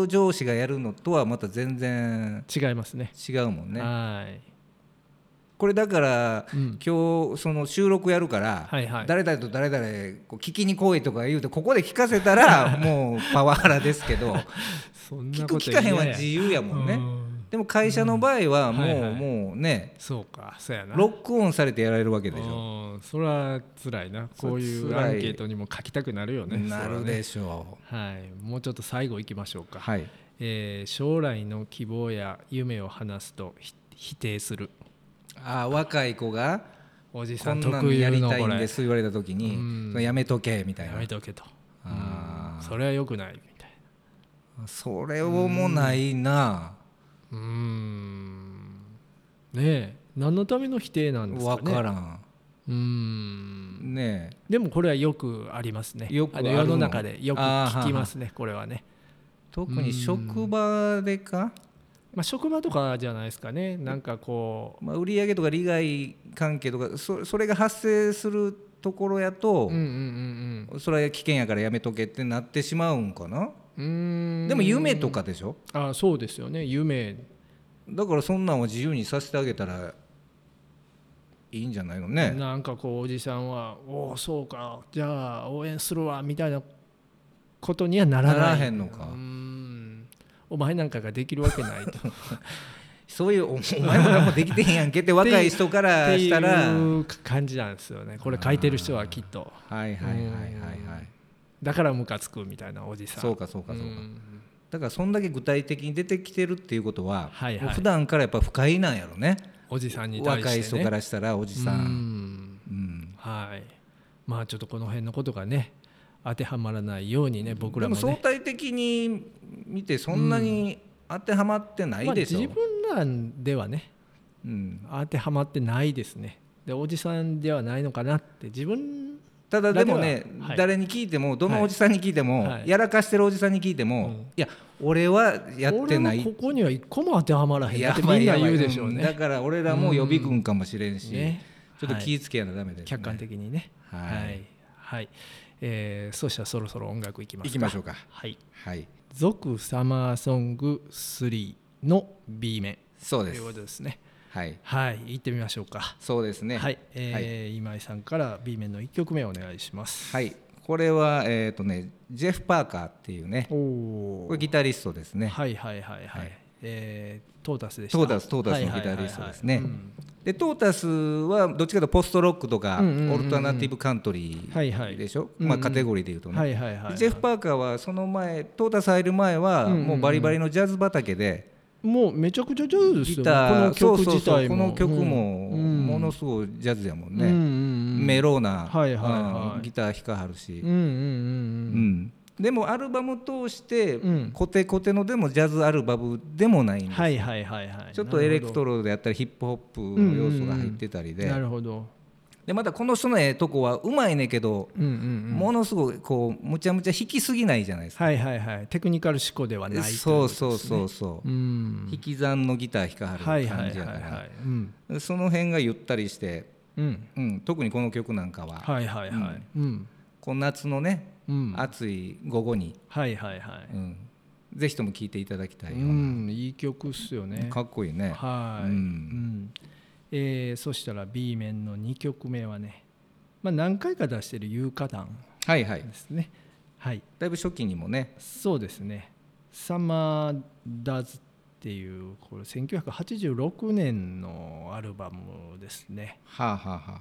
Speaker 2: う上司がやるのとはまた全然
Speaker 1: 違いますね
Speaker 2: 違うもんね
Speaker 1: はい
Speaker 2: これだから、
Speaker 1: うん
Speaker 2: 今日その収録やるから、
Speaker 1: はいはい
Speaker 2: 誰々と誰々こう聞きに来いとか言うてここで聞かせたらもうパワハラです
Speaker 1: [LAUGHS]
Speaker 2: けど
Speaker 1: そん
Speaker 2: 聞く聞かへんは自由やもんね
Speaker 1: ね
Speaker 2: でも会社の場合はもう、
Speaker 1: はいはい
Speaker 2: もうね
Speaker 1: そうかそうやな
Speaker 2: ロックオンされてやられるわけでしょ
Speaker 1: うんそれは辛いなこういうアンケートにも書きたくなるよね
Speaker 2: なるでしょう
Speaker 1: それはねはいもうちょっと最後いきましょうか、
Speaker 2: はい
Speaker 1: えー将来の希望や夢を話すとひ否定する
Speaker 2: あー若い子が
Speaker 1: おじさ
Speaker 2: こん
Speaker 1: ん
Speaker 2: な
Speaker 1: 特
Speaker 2: のや
Speaker 1: 有
Speaker 2: り
Speaker 1: の
Speaker 2: たい
Speaker 1: こ
Speaker 2: ん
Speaker 1: れ
Speaker 2: です言われた時に
Speaker 1: うん
Speaker 2: そのやめとけみたい
Speaker 1: や
Speaker 2: な
Speaker 1: めとけと
Speaker 2: あ
Speaker 1: それはよくないみたい
Speaker 2: ーそれをもうないな
Speaker 1: なうーんねえ何のための否定なんですか
Speaker 2: 分
Speaker 1: ね
Speaker 2: からん
Speaker 1: うーん
Speaker 2: ねえ
Speaker 1: でもこれはよくありますね
Speaker 2: よくあ
Speaker 1: あ
Speaker 2: る
Speaker 1: の
Speaker 2: の
Speaker 1: 世の中でよく聞きますねこれはね、
Speaker 2: 特に職場でか、
Speaker 1: まあ、職場とかじゃないですかねなんかこ
Speaker 2: まあ、売上とか利害関係とかそそれが発生するところや
Speaker 1: う
Speaker 2: と
Speaker 1: うん、うんうん
Speaker 2: それは危険やからやめとけってなってしまうんかな、
Speaker 1: うんうーん
Speaker 2: でも夢とかでしょ
Speaker 1: あそうですよね夢
Speaker 2: だからそんなんを自由にさせてあげたらいいんじゃないのね
Speaker 1: なんかこうおじさんは「おおそうかじゃあ応援するわ」みたいなことにはならない
Speaker 2: ならへんのか
Speaker 1: うーんお前なんかができるわけないと
Speaker 2: [LAUGHS]
Speaker 1: っ
Speaker 2: そういうおお前も何もできてへんやんけって若い人から
Speaker 1: て
Speaker 2: [LAUGHS] したらはい
Speaker 1: いう感じなんですよねこれ書いてる人はきっと
Speaker 2: はいはいはいはい
Speaker 1: だからムカつくみたいなおじさん
Speaker 2: そうかそうかそうか、
Speaker 1: ん
Speaker 2: だからそんだけ具体的に出てきてるっていうことは、
Speaker 1: はいはい
Speaker 2: もう普段からやっぱ不快なんやろね
Speaker 1: おじさんに対して、ね、
Speaker 2: 若い人からしたらおじさ、
Speaker 1: うんん
Speaker 2: うん、
Speaker 1: はいまあちょっとこの辺のことがね当てはまらないようにね僕
Speaker 2: で
Speaker 1: ら
Speaker 2: も
Speaker 1: も
Speaker 2: 相
Speaker 1: ね
Speaker 2: 対的に見てそんなに当てはまってないでしょ、
Speaker 1: まあ、自分らではね
Speaker 2: うん、
Speaker 1: 当てはまってないですねでおじさんではないのかなって自分
Speaker 2: ただでもね
Speaker 1: だけ、ははい
Speaker 2: 誰に聞いてもどのおじさんに聞いても、
Speaker 1: はい
Speaker 2: やらかしてるおじさんに聞いても、
Speaker 1: うん
Speaker 2: いや俺はやってない
Speaker 1: 俺もここには一個も当てはまらへん
Speaker 2: や
Speaker 1: なって
Speaker 2: ば
Speaker 1: み
Speaker 2: い
Speaker 1: んな
Speaker 2: やばい
Speaker 1: 言うでしょう
Speaker 2: うんだ
Speaker 1: ね
Speaker 2: から俺らも予備軍かもしれんし、
Speaker 1: ね
Speaker 2: ちょっと
Speaker 1: は
Speaker 2: 気
Speaker 1: い
Speaker 2: ぃつけやなダメです、ね
Speaker 1: 客観的にね
Speaker 2: はい
Speaker 1: はい、はいえーそしたらそろそろ音楽いきます
Speaker 2: い
Speaker 1: か
Speaker 2: きましょうか
Speaker 1: はい
Speaker 2: はい
Speaker 1: 「続サマーソング3」の B 面
Speaker 2: そう
Speaker 1: と
Speaker 2: で
Speaker 1: い
Speaker 2: す
Speaker 1: うことですね
Speaker 2: はい
Speaker 1: はい行ってみましょうか
Speaker 2: そうですね
Speaker 1: はい、えー今井さんから B 面の1曲目お願いします。
Speaker 2: はいこれはえっ、とねジェフ・パーカーっていうね
Speaker 1: おお
Speaker 2: これギタリストですね、
Speaker 1: はいはいはいはい。
Speaker 2: はい
Speaker 1: えートータスでした。
Speaker 2: トータストータスのギタリストですね
Speaker 1: はいはいはいはいうん。
Speaker 2: でトータスはどっちかというとポストロックとか
Speaker 1: うんうんうんうん
Speaker 2: オルタナティブカントリ
Speaker 1: はいはい
Speaker 2: ーでしょ、
Speaker 1: うんうん
Speaker 2: まあ、カテゴリーでいうとね、
Speaker 1: はいはいはいはい
Speaker 2: ジェフ・パーカーはその前トータス入る前は
Speaker 1: うんうんうん
Speaker 2: もうバリバリのジャズ畑で
Speaker 1: もうめちゃくちゃ上手ですよ、ね。
Speaker 2: ギター
Speaker 1: この曲
Speaker 2: そう
Speaker 1: 自
Speaker 2: そうそう
Speaker 1: 体
Speaker 2: こ
Speaker 1: も。
Speaker 2: の曲も
Speaker 1: うん
Speaker 2: ものすごいジャズやもん
Speaker 1: うんうんう
Speaker 2: ね、
Speaker 1: ん、
Speaker 2: メローな、
Speaker 1: はいはいはい
Speaker 2: うんギター弾かはるし、
Speaker 1: うんうん
Speaker 2: う
Speaker 1: うんうん。
Speaker 2: んでもアルバム通して
Speaker 1: うん
Speaker 2: コテコテのでもジャズアルバムでもないんですよ
Speaker 1: はいはいはいはい。
Speaker 2: ちょっとエレクトロであったりヒップホップの要素が入ってたりで,、
Speaker 1: なるほど。
Speaker 2: でまたこの人のええとこはうまいねんけど、
Speaker 1: うんうんうん。
Speaker 2: ものすごいこうむちゃむちゃ弾きすぎないじゃないですか、
Speaker 1: はいはいはい。テクニカル思考ではないとい
Speaker 2: そうそうそうそ
Speaker 1: う。う
Speaker 2: う、
Speaker 1: ん。
Speaker 2: 引き算のギター弾かは
Speaker 1: はい
Speaker 2: る
Speaker 1: はい
Speaker 2: 感
Speaker 1: はい
Speaker 2: じやから、
Speaker 1: はい。うん。
Speaker 2: その辺がゆったりして、
Speaker 1: うん。
Speaker 2: うん、特にこの曲なんかは、
Speaker 1: はいはいはい。うん。
Speaker 2: この夏のね、
Speaker 1: うん。
Speaker 2: 暑い午後に、
Speaker 1: はいはいはい。
Speaker 2: うん、ぜひとも聴いていただきたい
Speaker 1: う
Speaker 2: ような、
Speaker 1: ん、いい曲っすよね。
Speaker 2: かっこいいね
Speaker 1: はい、
Speaker 2: うん
Speaker 1: うんえーそしたら B 面の2曲目はね、まあ、何回か出してる「有価団
Speaker 2: はいはい」
Speaker 1: ですねはい
Speaker 2: だいぶ初期にもね
Speaker 1: そうですね「サマー・ダズ・っていうこれ1986年のアルバムですね
Speaker 2: はあはあはあ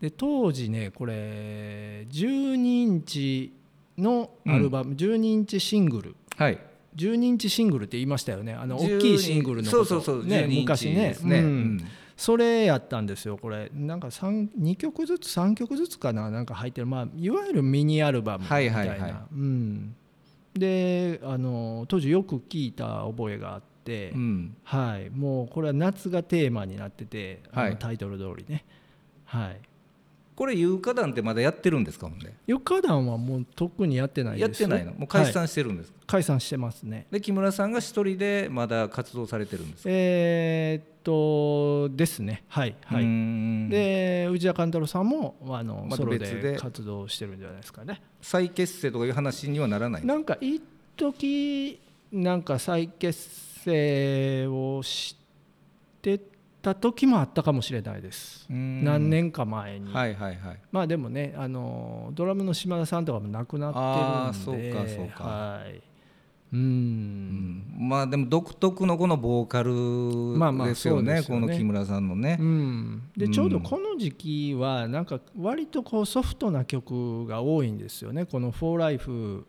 Speaker 1: で当時ねこれ12インチのアルバム、12インチシングル
Speaker 2: はい
Speaker 1: 12インチシングルって言いましたよねあの大きいシングルのこと
Speaker 2: そうそうそう、
Speaker 1: ね
Speaker 2: 12インチ
Speaker 1: 昔ね
Speaker 2: ですね、
Speaker 1: う
Speaker 2: うんん
Speaker 1: それやったんですよこれなんか2曲ずつ3曲ずつかななんか入ってる、まあ、いわゆるミニアルバムみたいな、
Speaker 2: はいはいはい
Speaker 1: うん、であの当時よく聴いた覚えがあって、
Speaker 2: うん
Speaker 1: はい、もうこれは夏がテーマになってて、あの
Speaker 2: はい
Speaker 1: タイトル通りね、はい、
Speaker 2: これ有価団ってまだやってるんですかほんで
Speaker 1: 四日団はもう特にやってないです
Speaker 2: やってないのもう解散してるんです
Speaker 1: は
Speaker 2: か、
Speaker 1: い解散してますね
Speaker 2: で木村さんが一人でまだ活動されてるんですか
Speaker 1: えーっとですねはいは
Speaker 2: うー
Speaker 1: い
Speaker 2: ん
Speaker 1: で宇治田勘太郎さんもあの
Speaker 2: また
Speaker 1: ソロ
Speaker 2: 別
Speaker 1: で
Speaker 2: で
Speaker 1: 活動してるんじゃないですかね
Speaker 2: 再結成とかいう話にはならない
Speaker 1: なんか一時なんか再結成をしてた時もあったかもしれないです何
Speaker 2: 何
Speaker 1: 年か前に
Speaker 2: はいはいはい
Speaker 1: まあでもねあのドラムの島田さんとかも亡くなってるんで
Speaker 2: あーそうかそうか
Speaker 1: はいうん
Speaker 2: うんまあでも独特のこのボーカ
Speaker 1: まあまあ
Speaker 2: ルですよね,、
Speaker 1: そうですよね
Speaker 2: この木村さんのね、
Speaker 1: うん、で
Speaker 2: うん
Speaker 1: ちょうどこの時期はなんか割とこうソフトな曲が多いんですよねこの「4Life」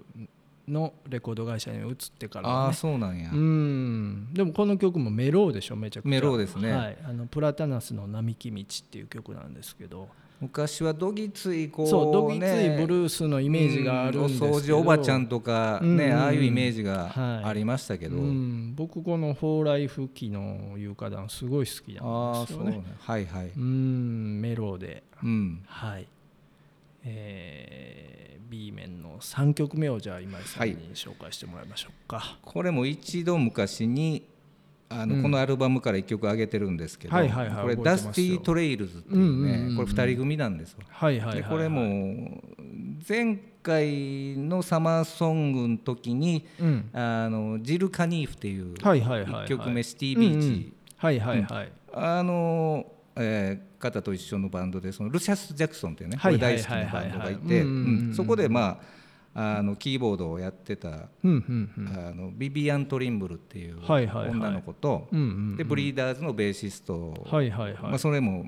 Speaker 1: のレコード会社に移ってから
Speaker 2: あ
Speaker 1: は
Speaker 2: あ
Speaker 1: ね
Speaker 2: そうなんや、
Speaker 1: うん、でもこの曲もメロウでしょめちゃくちゃ
Speaker 2: メロウですね
Speaker 1: はい、あのプラタナスの並木道っていう曲なんですけど
Speaker 2: 昔はどぎついこう、ね、
Speaker 1: そうドギツイブルースのイメージがあるんですけど、
Speaker 2: うんお掃除おばちゃんとか
Speaker 1: う
Speaker 2: ね、
Speaker 1: んうんうん
Speaker 2: ああいうイメージ
Speaker 1: はい
Speaker 2: がありましたけど、
Speaker 1: うん、僕この「蓬莱復帰」の「有価団」すごい好きな
Speaker 2: あ
Speaker 1: ん
Speaker 2: あ
Speaker 1: です
Speaker 2: そ
Speaker 1: よ
Speaker 2: うね
Speaker 1: ね、
Speaker 2: はいはいう
Speaker 1: んメロで
Speaker 2: うん、
Speaker 1: はいえー、B 面の3曲目をじゃあ今井さんに紹介してもらいましょうか、
Speaker 2: これも一度昔にあの、
Speaker 1: うん
Speaker 2: このアルバムから一曲上げてるんですけど、
Speaker 1: はいはいはい
Speaker 2: これ「
Speaker 1: 覚え
Speaker 2: ダ
Speaker 1: て
Speaker 2: ス
Speaker 1: ま
Speaker 2: テ
Speaker 1: すよ
Speaker 2: ィ・トレイルズ」っていうね、
Speaker 1: うんうんうんうん
Speaker 2: これ2人組なんですよ。
Speaker 1: はい、はいはい
Speaker 2: で
Speaker 1: はい
Speaker 2: これも前回のサマーソングの時に
Speaker 1: うん
Speaker 2: あのジル・カニーフっていう
Speaker 1: はいはいはいはい
Speaker 2: 1曲目「シティ・ビーチ」
Speaker 1: うんうんはいはいはい、
Speaker 2: あの、えー方と一緒のバンドでそのルシャス・ジャクソンっていうねこ
Speaker 1: はい
Speaker 2: れ
Speaker 1: はい
Speaker 2: 大
Speaker 1: はい
Speaker 2: 好き
Speaker 1: はい
Speaker 2: な
Speaker 1: は
Speaker 2: バ
Speaker 1: い
Speaker 2: ンドがいて
Speaker 1: うんうんうんうん
Speaker 2: うんそこでまああのキーボードをやってた
Speaker 1: うんうんうん
Speaker 2: あのビビアン・トリンブルっていう
Speaker 1: はいはいはい
Speaker 2: 女の子と
Speaker 1: うんうんうん
Speaker 2: でブリーダーズのベーシスト
Speaker 1: はいはいはい、
Speaker 2: まあそれも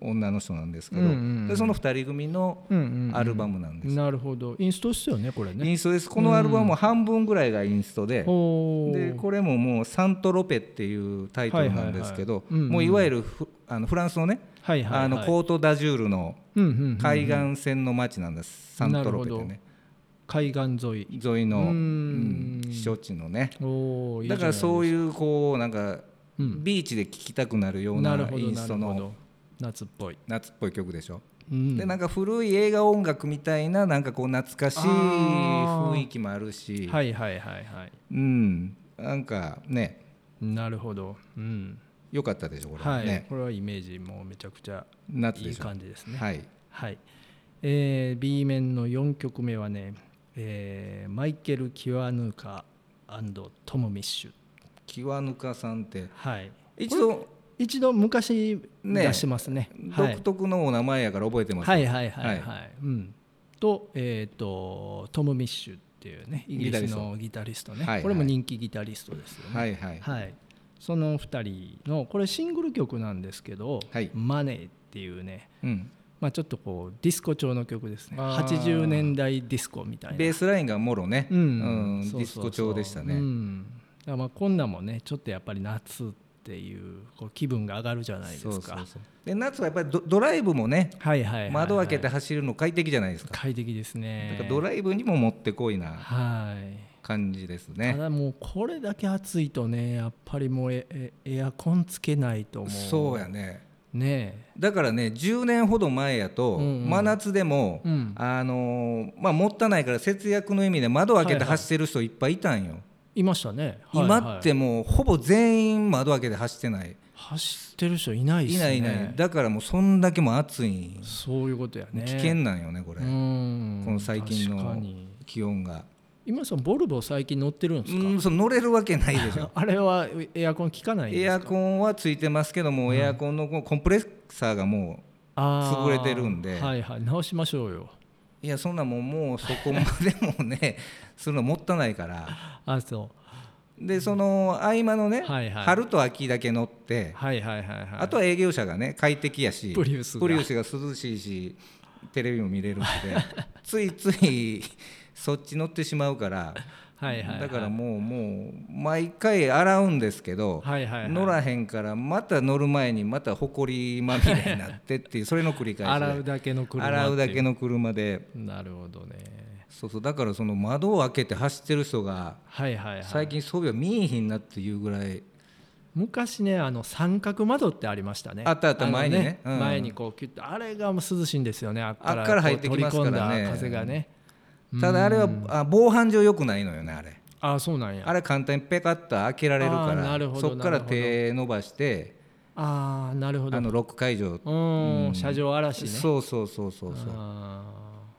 Speaker 2: 女の人なんですけど
Speaker 1: うんうんうん
Speaker 2: でその2人組の
Speaker 1: うんうんうん
Speaker 2: アルバムなんです
Speaker 1: なるほどインストですよねこれ
Speaker 2: イ
Speaker 1: ね
Speaker 2: ンストですこのアルバムは半分ぐらいがインストで
Speaker 1: ほ
Speaker 2: でこれももう「サントロペ」っていうタイトルなんですけど
Speaker 1: はいはいはいうんうん
Speaker 2: もういわゆるフあのフランスのね
Speaker 1: はいはいはい
Speaker 2: あのコート・ダジュールの
Speaker 1: うんうんうん
Speaker 2: 海岸線の町なんです、
Speaker 1: うん
Speaker 2: サントロペってね
Speaker 1: 海岸沿い
Speaker 2: 沿いうの
Speaker 1: ん
Speaker 2: うん避暑地のね
Speaker 1: おーいいじゃな
Speaker 2: だ
Speaker 1: い
Speaker 2: からそういうこうなんか
Speaker 1: うん
Speaker 2: ビーチで聴きたくなるよう
Speaker 1: な
Speaker 2: な
Speaker 1: るほど
Speaker 2: インスト
Speaker 1: なるほ
Speaker 2: の
Speaker 1: ど夏っぽい、
Speaker 2: 夏っぽい曲でしょ、
Speaker 1: うん
Speaker 2: でなんか古い映画音楽みたいななんかこう懐かしい
Speaker 1: あー
Speaker 2: 雰囲気もあるし、
Speaker 1: はいはいはいはい
Speaker 2: うんなんかね
Speaker 1: なるほど、うん
Speaker 2: 良かったでしょこれ
Speaker 1: はい、
Speaker 2: ね、
Speaker 1: これはイメージもめちゃくちゃ
Speaker 2: 夏
Speaker 1: い
Speaker 2: で
Speaker 1: い
Speaker 2: しょ
Speaker 1: 感じですね
Speaker 2: はい
Speaker 1: はい、えー B 面の4曲目はね、えーマイケル・キワヌーカトム・ミッシュ
Speaker 2: キワヌカさんって
Speaker 1: はい
Speaker 2: 一度
Speaker 1: 一度昔
Speaker 2: ね
Speaker 1: 出してますねはい
Speaker 2: 独特のお名前やから覚えてます、
Speaker 1: はいはいはいはい、
Speaker 2: は
Speaker 1: うん、と,、えー、とトム・ミッシュっていうねイギリスのギタリストね
Speaker 2: はいはい
Speaker 1: これも人気ギタリストですよね
Speaker 2: はいはい
Speaker 1: はいその2人のこれシングル曲なんですけど「
Speaker 2: はい
Speaker 1: マネー」っていうね、
Speaker 2: うん、
Speaker 1: まあ、ちょっとこうディスコ調の曲ですね
Speaker 2: あー
Speaker 1: 80年代ディスコみたいな
Speaker 2: ベースラインがもろね、
Speaker 1: う
Speaker 2: うん
Speaker 1: ん
Speaker 2: ディスコ調でしたね、
Speaker 1: うん、だからまあこんなんもねちょっとやっぱり夏っていうこう気分が上がるじゃないですか
Speaker 2: そうそうそうで夏はやっぱりドドライブもね
Speaker 1: はいはいはいはい
Speaker 2: 窓開けて走るの快適じゃないですか,、
Speaker 1: 快適ですね
Speaker 2: だからドライブにももってこいな
Speaker 1: はい
Speaker 2: 感じです
Speaker 1: た
Speaker 2: ね
Speaker 1: だもうこれだけ暑いとねやっぱりもうエエエアコンつけないともう
Speaker 2: そうやね
Speaker 1: ね
Speaker 2: だからね10年ほど前やと、
Speaker 1: うんうん
Speaker 2: 真夏でも、
Speaker 1: うん
Speaker 2: あのーまあ、もったいないから節約の意味で窓開け
Speaker 1: はい
Speaker 2: て
Speaker 1: はい
Speaker 2: 走ってる人いっぱいいたんよ、
Speaker 1: いましたね、
Speaker 2: 今って
Speaker 1: はいはい
Speaker 2: もうほぼ全員窓開けて走ってない、
Speaker 1: 走ってる人いないっすね
Speaker 2: いないいないだからもうそんだけもう暑いん
Speaker 1: そういうことやね
Speaker 2: 危険なんよねこれ、
Speaker 1: うん
Speaker 2: この最近
Speaker 1: 確か
Speaker 2: の
Speaker 1: に
Speaker 2: 気温が
Speaker 1: 今さんボルボ最近乗ってるんですか、
Speaker 2: うんそう乗れるわけないでしょ
Speaker 1: あれはエアコン効か [LAUGHS] ないんです
Speaker 2: エ
Speaker 1: か
Speaker 2: アコンはついてますけども、エアコンのこうコンプレッサーがも
Speaker 1: あー
Speaker 2: 潰れてるんで
Speaker 1: はいはい直しましょうよ
Speaker 2: ういや [LAUGHS] そんなもんもうそこまでもねするのもったいないから
Speaker 1: あそう
Speaker 2: でその合間のね、
Speaker 1: はいはい
Speaker 2: 春と秋だけ乗って、
Speaker 1: はいはいはいはい
Speaker 2: あとは営業者がね快適やし
Speaker 1: プリウスが
Speaker 2: が涼しいしテレビも見れるんで
Speaker 1: [LAUGHS]
Speaker 2: ついついそっち乗ってしまうから、
Speaker 1: はいはいはい
Speaker 2: だからもうもう毎回洗うんですけど、
Speaker 1: はいはいはい
Speaker 2: 乗らへんからまた乗る前にまたほこりまみれになっ
Speaker 1: [LAUGHS]
Speaker 2: てっていうそれの繰り返しで
Speaker 1: 洗うだけの車っていう
Speaker 2: 洗うだけの車で
Speaker 1: なるほどね
Speaker 2: そうそうだからその窓を開けて走ってる人が
Speaker 1: はいはいはい
Speaker 2: 最近装備は見えへんなっていうぐらい
Speaker 1: 昔ねあの三角窓ってありましたね
Speaker 2: あったあった
Speaker 1: の
Speaker 2: 前にねうん
Speaker 1: 前にこうキュッとあれがもう涼しいんですよねあっ
Speaker 2: あっから入って
Speaker 1: こう
Speaker 2: きますからね
Speaker 1: 取り込んだ風がね
Speaker 2: ただあれはあ防犯上良くないのよねあれ。
Speaker 1: ああそうなんや
Speaker 2: あれ簡単にペカッと開けられるか
Speaker 1: あーなる
Speaker 2: ら
Speaker 1: ほど
Speaker 2: そこから
Speaker 1: なるほど
Speaker 2: 手伸ばして
Speaker 1: ああなるほど
Speaker 2: あのロック解除
Speaker 1: うん車上荒らしね
Speaker 2: そうそうそうそうそう
Speaker 1: あ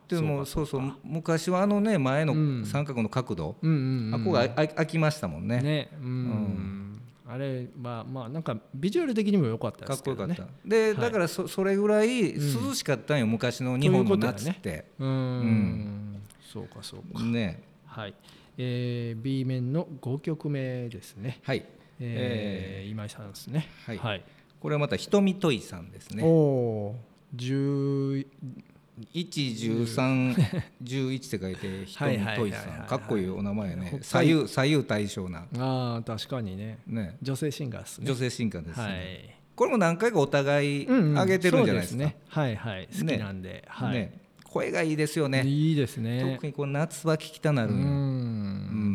Speaker 1: ー
Speaker 2: でもそうそう昔はあのね前
Speaker 1: うん
Speaker 2: の三角の角度
Speaker 1: うんうんうん
Speaker 2: あここがああ開きましたもんね
Speaker 1: ねうん、あれはまあなんかビジュアル的にも良かった
Speaker 2: か
Speaker 1: で
Speaker 2: っ
Speaker 1: す
Speaker 2: こ
Speaker 1: け
Speaker 2: よか
Speaker 1: どね
Speaker 2: ったでだからそそれぐらい涼しかったんよ昔の日本の夏って
Speaker 1: うーんんそうかそうか
Speaker 2: ね
Speaker 1: はい、えー、B 面の5曲目ですね
Speaker 2: はい
Speaker 1: えー今井さんですね
Speaker 2: はい
Speaker 1: はい、
Speaker 2: これはまた瞳といさんです
Speaker 1: お
Speaker 2: ね
Speaker 1: お10
Speaker 2: 11311って書いて
Speaker 1: はい
Speaker 2: 瞳
Speaker 1: はい
Speaker 2: と
Speaker 1: はい
Speaker 2: い
Speaker 1: はい
Speaker 2: さんかっこいいお名前
Speaker 1: 北
Speaker 2: ね
Speaker 1: 海
Speaker 2: 左右左右対称な
Speaker 1: ああ確かにね
Speaker 2: ね
Speaker 1: 女性シンガーですね
Speaker 2: 女性進化です、ね
Speaker 1: はい
Speaker 2: これも何回かお互い
Speaker 1: うんうん
Speaker 2: 上げてるんじゃないですか、
Speaker 1: そうねはいはい好きなんで、はい、
Speaker 2: ね声がいいですよね
Speaker 1: いいですね
Speaker 2: 特にこう夏は聴きたなる
Speaker 1: う
Speaker 2: のようん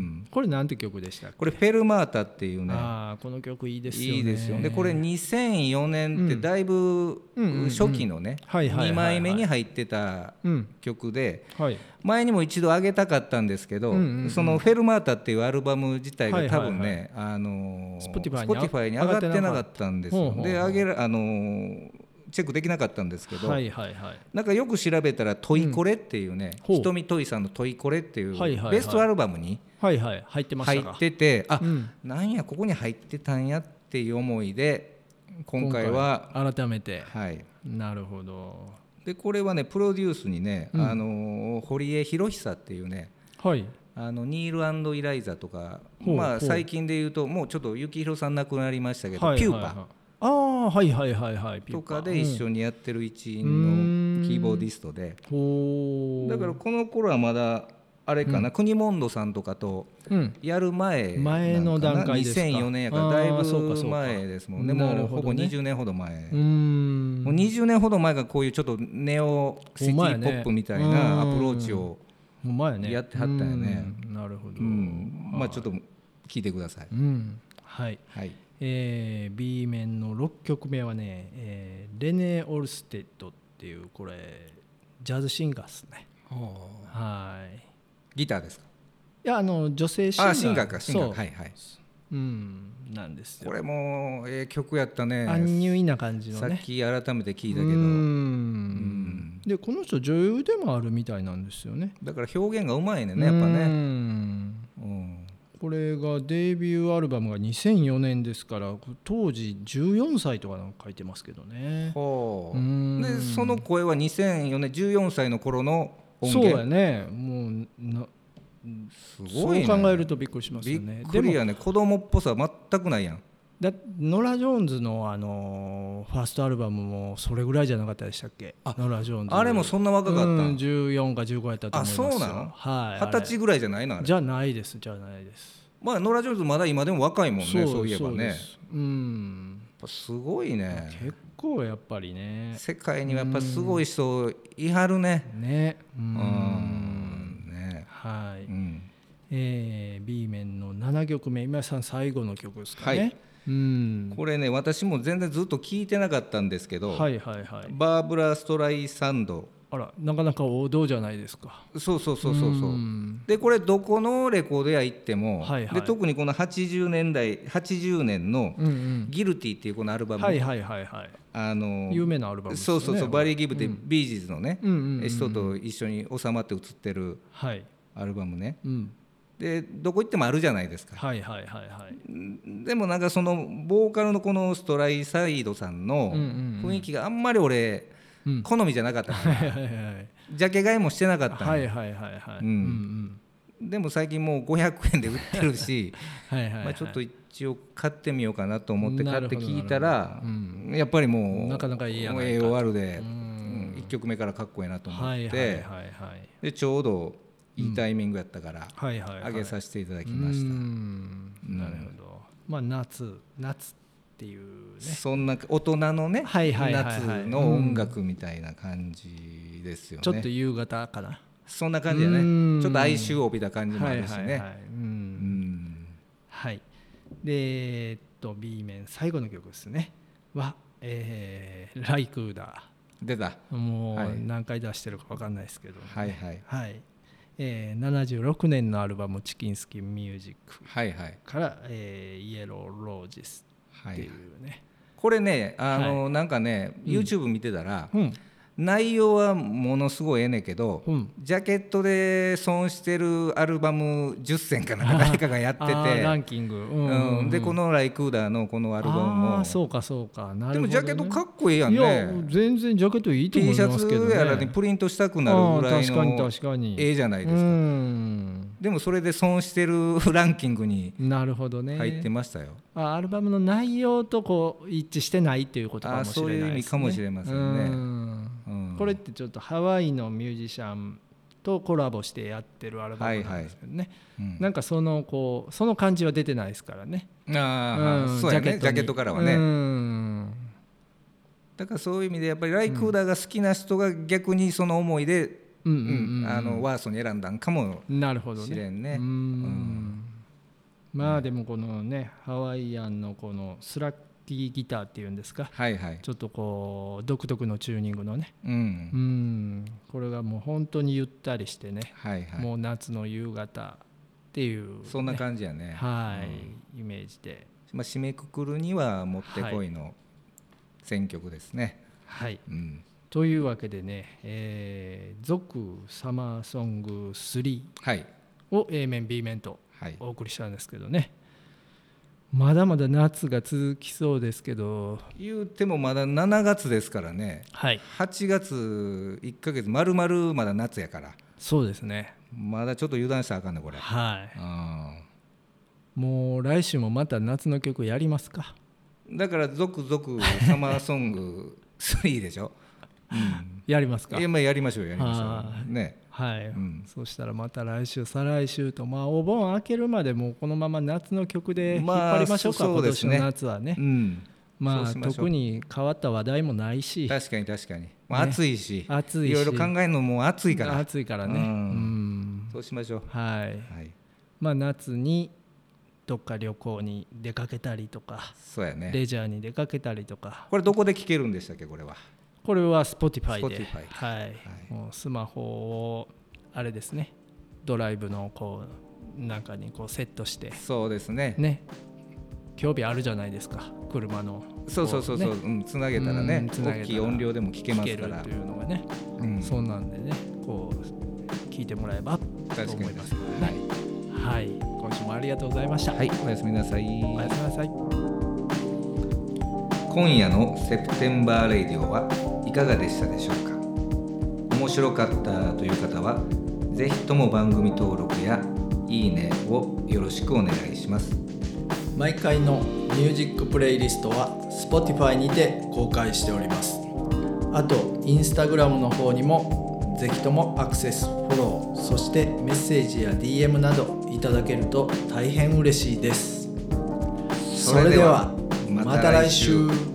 Speaker 2: ん
Speaker 1: これなんて曲でしたっけ
Speaker 2: これ「フェルマータ」っていうね
Speaker 1: ああこの曲いいですよね
Speaker 2: いいですよねこれ2004年ってだいぶ
Speaker 1: うんうんうん
Speaker 2: 初期のね
Speaker 1: はいはいはいはい
Speaker 2: 2枚目に入ってた
Speaker 1: うん
Speaker 2: 曲で
Speaker 1: はい
Speaker 2: 前にも一度上げたかったんですけど、
Speaker 1: うんうんうん
Speaker 2: その「フェルマータ」っていうアルバム自体が多分
Speaker 1: はい
Speaker 2: ね、あのー
Speaker 1: Spotify に
Speaker 2: Spotify に上がってなかったんです
Speaker 1: 上が
Speaker 2: よ。
Speaker 1: ってなかった
Speaker 2: で
Speaker 1: ほうほうほう
Speaker 2: 上げらあのーチェックできなかったんですけど、
Speaker 1: はいはいはい
Speaker 2: なんかよく調べたら「トイコレ」っていうね、
Speaker 1: ほう
Speaker 2: ひとみといさんの「トイコレ」っていう
Speaker 1: はいはいはい
Speaker 2: ベストアルバムに
Speaker 1: はいはい入ってまし
Speaker 2: 入
Speaker 1: たか
Speaker 2: ってて、あ、
Speaker 1: うん
Speaker 2: なんやここに入ってたんやっていう思いで今回は
Speaker 1: 今回改めて
Speaker 2: はい。
Speaker 1: なるほど
Speaker 2: でこれはねプロデュースにね、
Speaker 1: うん
Speaker 2: あのー堀江博久っていうね
Speaker 1: はい
Speaker 2: あのニールイライザとか、
Speaker 1: ほう
Speaker 2: ま
Speaker 1: ほ
Speaker 2: あ、
Speaker 1: う
Speaker 2: 最近で言うともうちょっと幸宏さん亡くなりましたけど、
Speaker 1: はい
Speaker 2: ピュー
Speaker 1: はい
Speaker 2: パ
Speaker 1: はいああはいはいはいはいピュ
Speaker 2: と
Speaker 1: ーパ
Speaker 2: かで一
Speaker 1: 緒
Speaker 2: 緒にやってる一
Speaker 1: うん
Speaker 2: 員のキーボーディストで、
Speaker 1: ほう
Speaker 2: だからこの頃はまだあれかな、国本土さんとかと
Speaker 1: うん
Speaker 2: やる前
Speaker 1: 前の
Speaker 2: なん
Speaker 1: 段階ですか
Speaker 2: 2004年やから
Speaker 1: あー
Speaker 2: だい
Speaker 1: そうかそ
Speaker 2: ぶ
Speaker 1: うか
Speaker 2: 前ですもんね
Speaker 1: な
Speaker 2: も
Speaker 1: る
Speaker 2: う
Speaker 1: ほ
Speaker 2: ほ
Speaker 1: ど
Speaker 2: ぼ
Speaker 1: ね
Speaker 2: 20年ほど前、
Speaker 1: うーん
Speaker 2: もう20年ほど前がこういうちょっとネオシティポップみたい
Speaker 1: ほんまや
Speaker 2: な
Speaker 1: ね
Speaker 2: アプローチを、
Speaker 1: ほんまやね
Speaker 2: やってはったんやね
Speaker 1: うんなるほど
Speaker 2: うんまあちょっと聞いてください。
Speaker 1: うんはい
Speaker 2: はい
Speaker 1: えー B 面の6曲目はね、えーレネー・オルステッドっていうこれジャズシンガーですねはい
Speaker 2: ギターですか
Speaker 1: いやあの女性シンガー
Speaker 2: あシンガーかシンガー
Speaker 1: そう、
Speaker 2: はいはい
Speaker 1: うんなんですよ
Speaker 2: これもええ曲やったね
Speaker 1: 安入意な感じの
Speaker 2: さ
Speaker 1: ね
Speaker 2: っき改めて聞いた
Speaker 1: う
Speaker 2: け
Speaker 1: ー
Speaker 2: ど
Speaker 1: んでこの人女優でもあるみたいなんですよね
Speaker 2: だから表現がうまいねんねやっぱ
Speaker 1: うー
Speaker 2: ね
Speaker 1: ん
Speaker 2: うん
Speaker 1: これがデビューアルバムが2004年ですから当時14歳とかなんか書いてますけどね
Speaker 2: ほう
Speaker 1: うーん
Speaker 2: でその声は2004年14歳の頃の音
Speaker 1: そうや
Speaker 2: 源
Speaker 1: ねもうな
Speaker 2: すごいね
Speaker 1: そう考えるとびっくりします
Speaker 2: び
Speaker 1: よ
Speaker 2: っ
Speaker 1: ね
Speaker 2: く
Speaker 1: で
Speaker 2: り
Speaker 1: も
Speaker 2: やね子供っぽさ全くないやん
Speaker 1: だノラ・ジョーンズの、あのーファーストアルバムもそれぐらいじゃなかったでしたっけノラ・ジョーンズ
Speaker 2: あれもそんな若かった
Speaker 1: うん
Speaker 2: ん
Speaker 1: 14か15やったと思いますよ
Speaker 2: あそうなの
Speaker 1: はい
Speaker 2: 二十歳ぐらいじゃないのあ
Speaker 1: あれ
Speaker 2: れ
Speaker 1: じゃないですじゃないです
Speaker 2: まあノラ・ジョーンズまだ今でも若いもんねそういえば
Speaker 1: う
Speaker 2: ね
Speaker 1: で
Speaker 2: やっ
Speaker 1: すうん
Speaker 2: ぱすごいね
Speaker 1: 結構やっぱりね
Speaker 2: 世界にはやっぱすごい人いはるね
Speaker 1: ねう
Speaker 2: うんんね
Speaker 1: はい、
Speaker 2: うん
Speaker 1: えー、B 面の7曲目今井さん最後の曲ですかね、
Speaker 2: はい
Speaker 1: うん
Speaker 2: これね私も全然ずっと聞いてなかったんですけど、
Speaker 1: はいはいはい
Speaker 2: バーブラ・ストライサンド
Speaker 1: あらなかなか王道じゃないですか
Speaker 2: そうそうそうそうそううんでこれどこのレコード屋行っても、
Speaker 1: はいはい
Speaker 2: で特にこの80年代80年の
Speaker 1: うんう
Speaker 2: 「
Speaker 1: ん
Speaker 2: ギルティ」っていうこのアルバム、
Speaker 1: はいはいはいはい
Speaker 2: あの
Speaker 1: 有名なアルバムです
Speaker 2: そ
Speaker 1: よね
Speaker 2: うそうそうバリー・ギブでビージーズのね、
Speaker 1: うんうんうん
Speaker 2: 人と一緒に収まって写ってる
Speaker 1: はい
Speaker 2: アルバムね
Speaker 1: うん
Speaker 2: でどこ行ってもあるじゃないですか
Speaker 1: はいはいはいはい
Speaker 2: でもなんかそのボーカルのこのストライサイドさんの
Speaker 1: うんうんうん
Speaker 2: 雰囲気があんまり俺
Speaker 1: うん
Speaker 2: 好みじゃなかったから
Speaker 1: はいはいはい
Speaker 2: ジャケ買いもしてなかったの、
Speaker 1: はいはいはいはい
Speaker 2: うん
Speaker 1: うん
Speaker 2: でも最近もう500円で売ってるし
Speaker 1: [LAUGHS] はいはい、はい
Speaker 2: まあちょっと一応買ってみようかなと思って
Speaker 1: な
Speaker 2: 買っ
Speaker 1: るほ
Speaker 2: て
Speaker 1: ど
Speaker 2: 聞いた
Speaker 1: な
Speaker 2: ら
Speaker 1: る、ほどう
Speaker 2: やっぱりもう
Speaker 1: なかなかいいやないか
Speaker 2: ええ終わるで、
Speaker 1: う
Speaker 2: うんん、1曲目からかっこええなと思って、
Speaker 1: はいはいはいはい
Speaker 2: でちょうどいいタイミングやったから、
Speaker 1: はいはいはい
Speaker 2: 上げさせていただきました、
Speaker 1: うーんなるほどまあ夏夏っていうね
Speaker 2: そんな大人のね、
Speaker 1: はいはいはいはい
Speaker 2: 夏の音楽みたいな感じですよね、
Speaker 1: ちょっと夕方かな
Speaker 2: そんな感じだね
Speaker 1: うん
Speaker 2: ちょっと哀愁を帯びた感じもあるしね、
Speaker 1: はいはいはいうん
Speaker 2: うん
Speaker 1: はいでえっと B 面最後の曲ですねは「えーライクーダ
Speaker 2: 出た
Speaker 1: ー」も
Speaker 2: は
Speaker 1: う
Speaker 2: い
Speaker 1: 何回出してるか分かんないですけど、
Speaker 2: はいはい
Speaker 1: はいえー76年のアルバム「チキンスキンミュージック
Speaker 2: はいはい」
Speaker 1: から「えーイエロー・ロージス」
Speaker 2: は
Speaker 1: ってい
Speaker 2: いう
Speaker 1: ね、
Speaker 2: これねあの、なんかね YouTube 見てたら、
Speaker 1: うん
Speaker 2: 内容はものすごいええねんけど、
Speaker 1: うん
Speaker 2: ジャケットで損してるアルバム10選かなんか誰かがやって
Speaker 1: あーラ
Speaker 2: て
Speaker 1: ンキング、う
Speaker 2: うん
Speaker 1: うんうん
Speaker 2: でこの「ライクーダー」のこのアルバム
Speaker 1: あ
Speaker 2: も
Speaker 1: ーそうかそうかなる
Speaker 2: で
Speaker 1: ほど、
Speaker 2: も
Speaker 1: ね、
Speaker 2: ジャケットかっこいいやん
Speaker 1: いや
Speaker 2: ね
Speaker 1: 全然ジャケットいいと
Speaker 2: T
Speaker 1: 思い
Speaker 2: シャ
Speaker 1: ますけど、
Speaker 2: ツ
Speaker 1: ね、
Speaker 2: やらにプリントしたくなるぐらい
Speaker 1: あー確か
Speaker 2: の
Speaker 1: に確かに
Speaker 2: ええじゃないです
Speaker 1: う
Speaker 2: か
Speaker 1: ん
Speaker 2: でもそれで損してるランキングに
Speaker 1: なるほどね
Speaker 2: 入ってましたよ、
Speaker 1: あアルバムの内容とこう一致してないっていうことかもしれないです、ね、
Speaker 2: あーそういう意味かもしれませんね
Speaker 1: うん
Speaker 2: うん
Speaker 1: これってちょっとハワイのミュージシャンとコラボしてやってるアルバムなんですけどね、
Speaker 2: うん
Speaker 1: なんかそのこうその感じは出てないですからね
Speaker 2: ああ、
Speaker 1: ん
Speaker 2: そうやねジャ
Speaker 1: に
Speaker 2: ケットからはね、
Speaker 1: うん
Speaker 2: だからそういう意味でやっぱりライクーダーが好きな人が逆にその思いで、
Speaker 1: うんう
Speaker 2: うん
Speaker 1: んうんうん
Speaker 2: あのワーストに選んだんかも
Speaker 1: なるほど
Speaker 2: 試
Speaker 1: ね
Speaker 2: 練ね
Speaker 1: うーんまあでもこのねハワイアンのこのスラッキーギターっていうんですか
Speaker 2: はいはい
Speaker 1: ちょっとこう独特のチューニングのね
Speaker 2: うん、
Speaker 1: うーんこれがもう本当にゆったりしてね、
Speaker 2: はいはい
Speaker 1: もう夏の夕方っていう、
Speaker 2: そんな感じやね、
Speaker 1: はい、
Speaker 2: うん
Speaker 1: イメージで
Speaker 2: まあ、締めくくるにはもってこいの選曲ですね、
Speaker 1: はい
Speaker 2: うん、
Speaker 1: というわけでね「えー続サマーソング3
Speaker 2: はい」
Speaker 1: を A 面 B 面と
Speaker 2: はい
Speaker 1: お送りしたんですけどねまだまだ夏が続きそうですけど
Speaker 2: 言うてもまだ7月ですからね
Speaker 1: はい
Speaker 2: 8月1ヶ月丸々まだ夏やから
Speaker 1: そうですね
Speaker 2: まだちょっと油断したらあかんねこれ、
Speaker 1: は
Speaker 2: あ
Speaker 1: いもう来週もまた夏の曲やりますか
Speaker 2: ーだから「続々サマーソング3」でしょ、うん
Speaker 1: やりますか
Speaker 2: えまあやりましょうやりま
Speaker 1: は
Speaker 2: しょうね
Speaker 1: はい、
Speaker 2: うん
Speaker 1: そしたらまた来週再来週とまあお盆明けるまでもうこのまま夏の曲で引っ張りましょうか、
Speaker 2: まあそう
Speaker 1: 今
Speaker 2: で
Speaker 1: 年
Speaker 2: す
Speaker 1: の
Speaker 2: ね
Speaker 1: 夏はね
Speaker 2: うん
Speaker 1: まあ
Speaker 2: そうしましょう
Speaker 1: 特に変わった話題もないし
Speaker 2: 確かに確かに、まあ、暑いし、
Speaker 1: 暑いし
Speaker 2: いろいろ考えるのも暑いから
Speaker 1: 暑いからねう
Speaker 2: うんんそうしましょう
Speaker 1: はい
Speaker 2: はい
Speaker 1: まあ夏にどっか旅行に出かけたりとか、
Speaker 2: そうやね
Speaker 1: レジャーに出かけたりとか
Speaker 2: これどこで聴けるんでしたっけこれは
Speaker 1: これは Spotify で
Speaker 2: Spotify
Speaker 1: はいもうスマホをあれですねドライブのこう中にこうセットして
Speaker 2: そうですね
Speaker 1: ね興味あるじゃないですか車の
Speaker 2: そうそうそうそう、
Speaker 1: こ
Speaker 2: うん、つなげたらね
Speaker 1: うんつなげたら
Speaker 2: 大きい音量でも聴け
Speaker 1: 聞
Speaker 2: ま
Speaker 1: け
Speaker 2: すか
Speaker 1: る
Speaker 2: ら
Speaker 1: というのがね、
Speaker 2: うん
Speaker 1: そうなんでねこう聞いてもらえばと
Speaker 2: 確か
Speaker 1: 思いま
Speaker 2: にですす、は
Speaker 1: はい今週もありがとうございました、
Speaker 2: い、はい、おやすみなさい
Speaker 1: おやすみなさい
Speaker 2: 今夜の「セプテンバー・レイディオ」はいかがでしたでしょうか面白かったという方はぜひとも番組登録や「いいね」をよろしくお願いします
Speaker 3: 毎回のミュージックプレイリストは Spotify にて公開しておりますあと Instagram の方にもぜひともアクセスフォローそしてメッセージや DM などいただけると大変嬉しいですそれではまた来週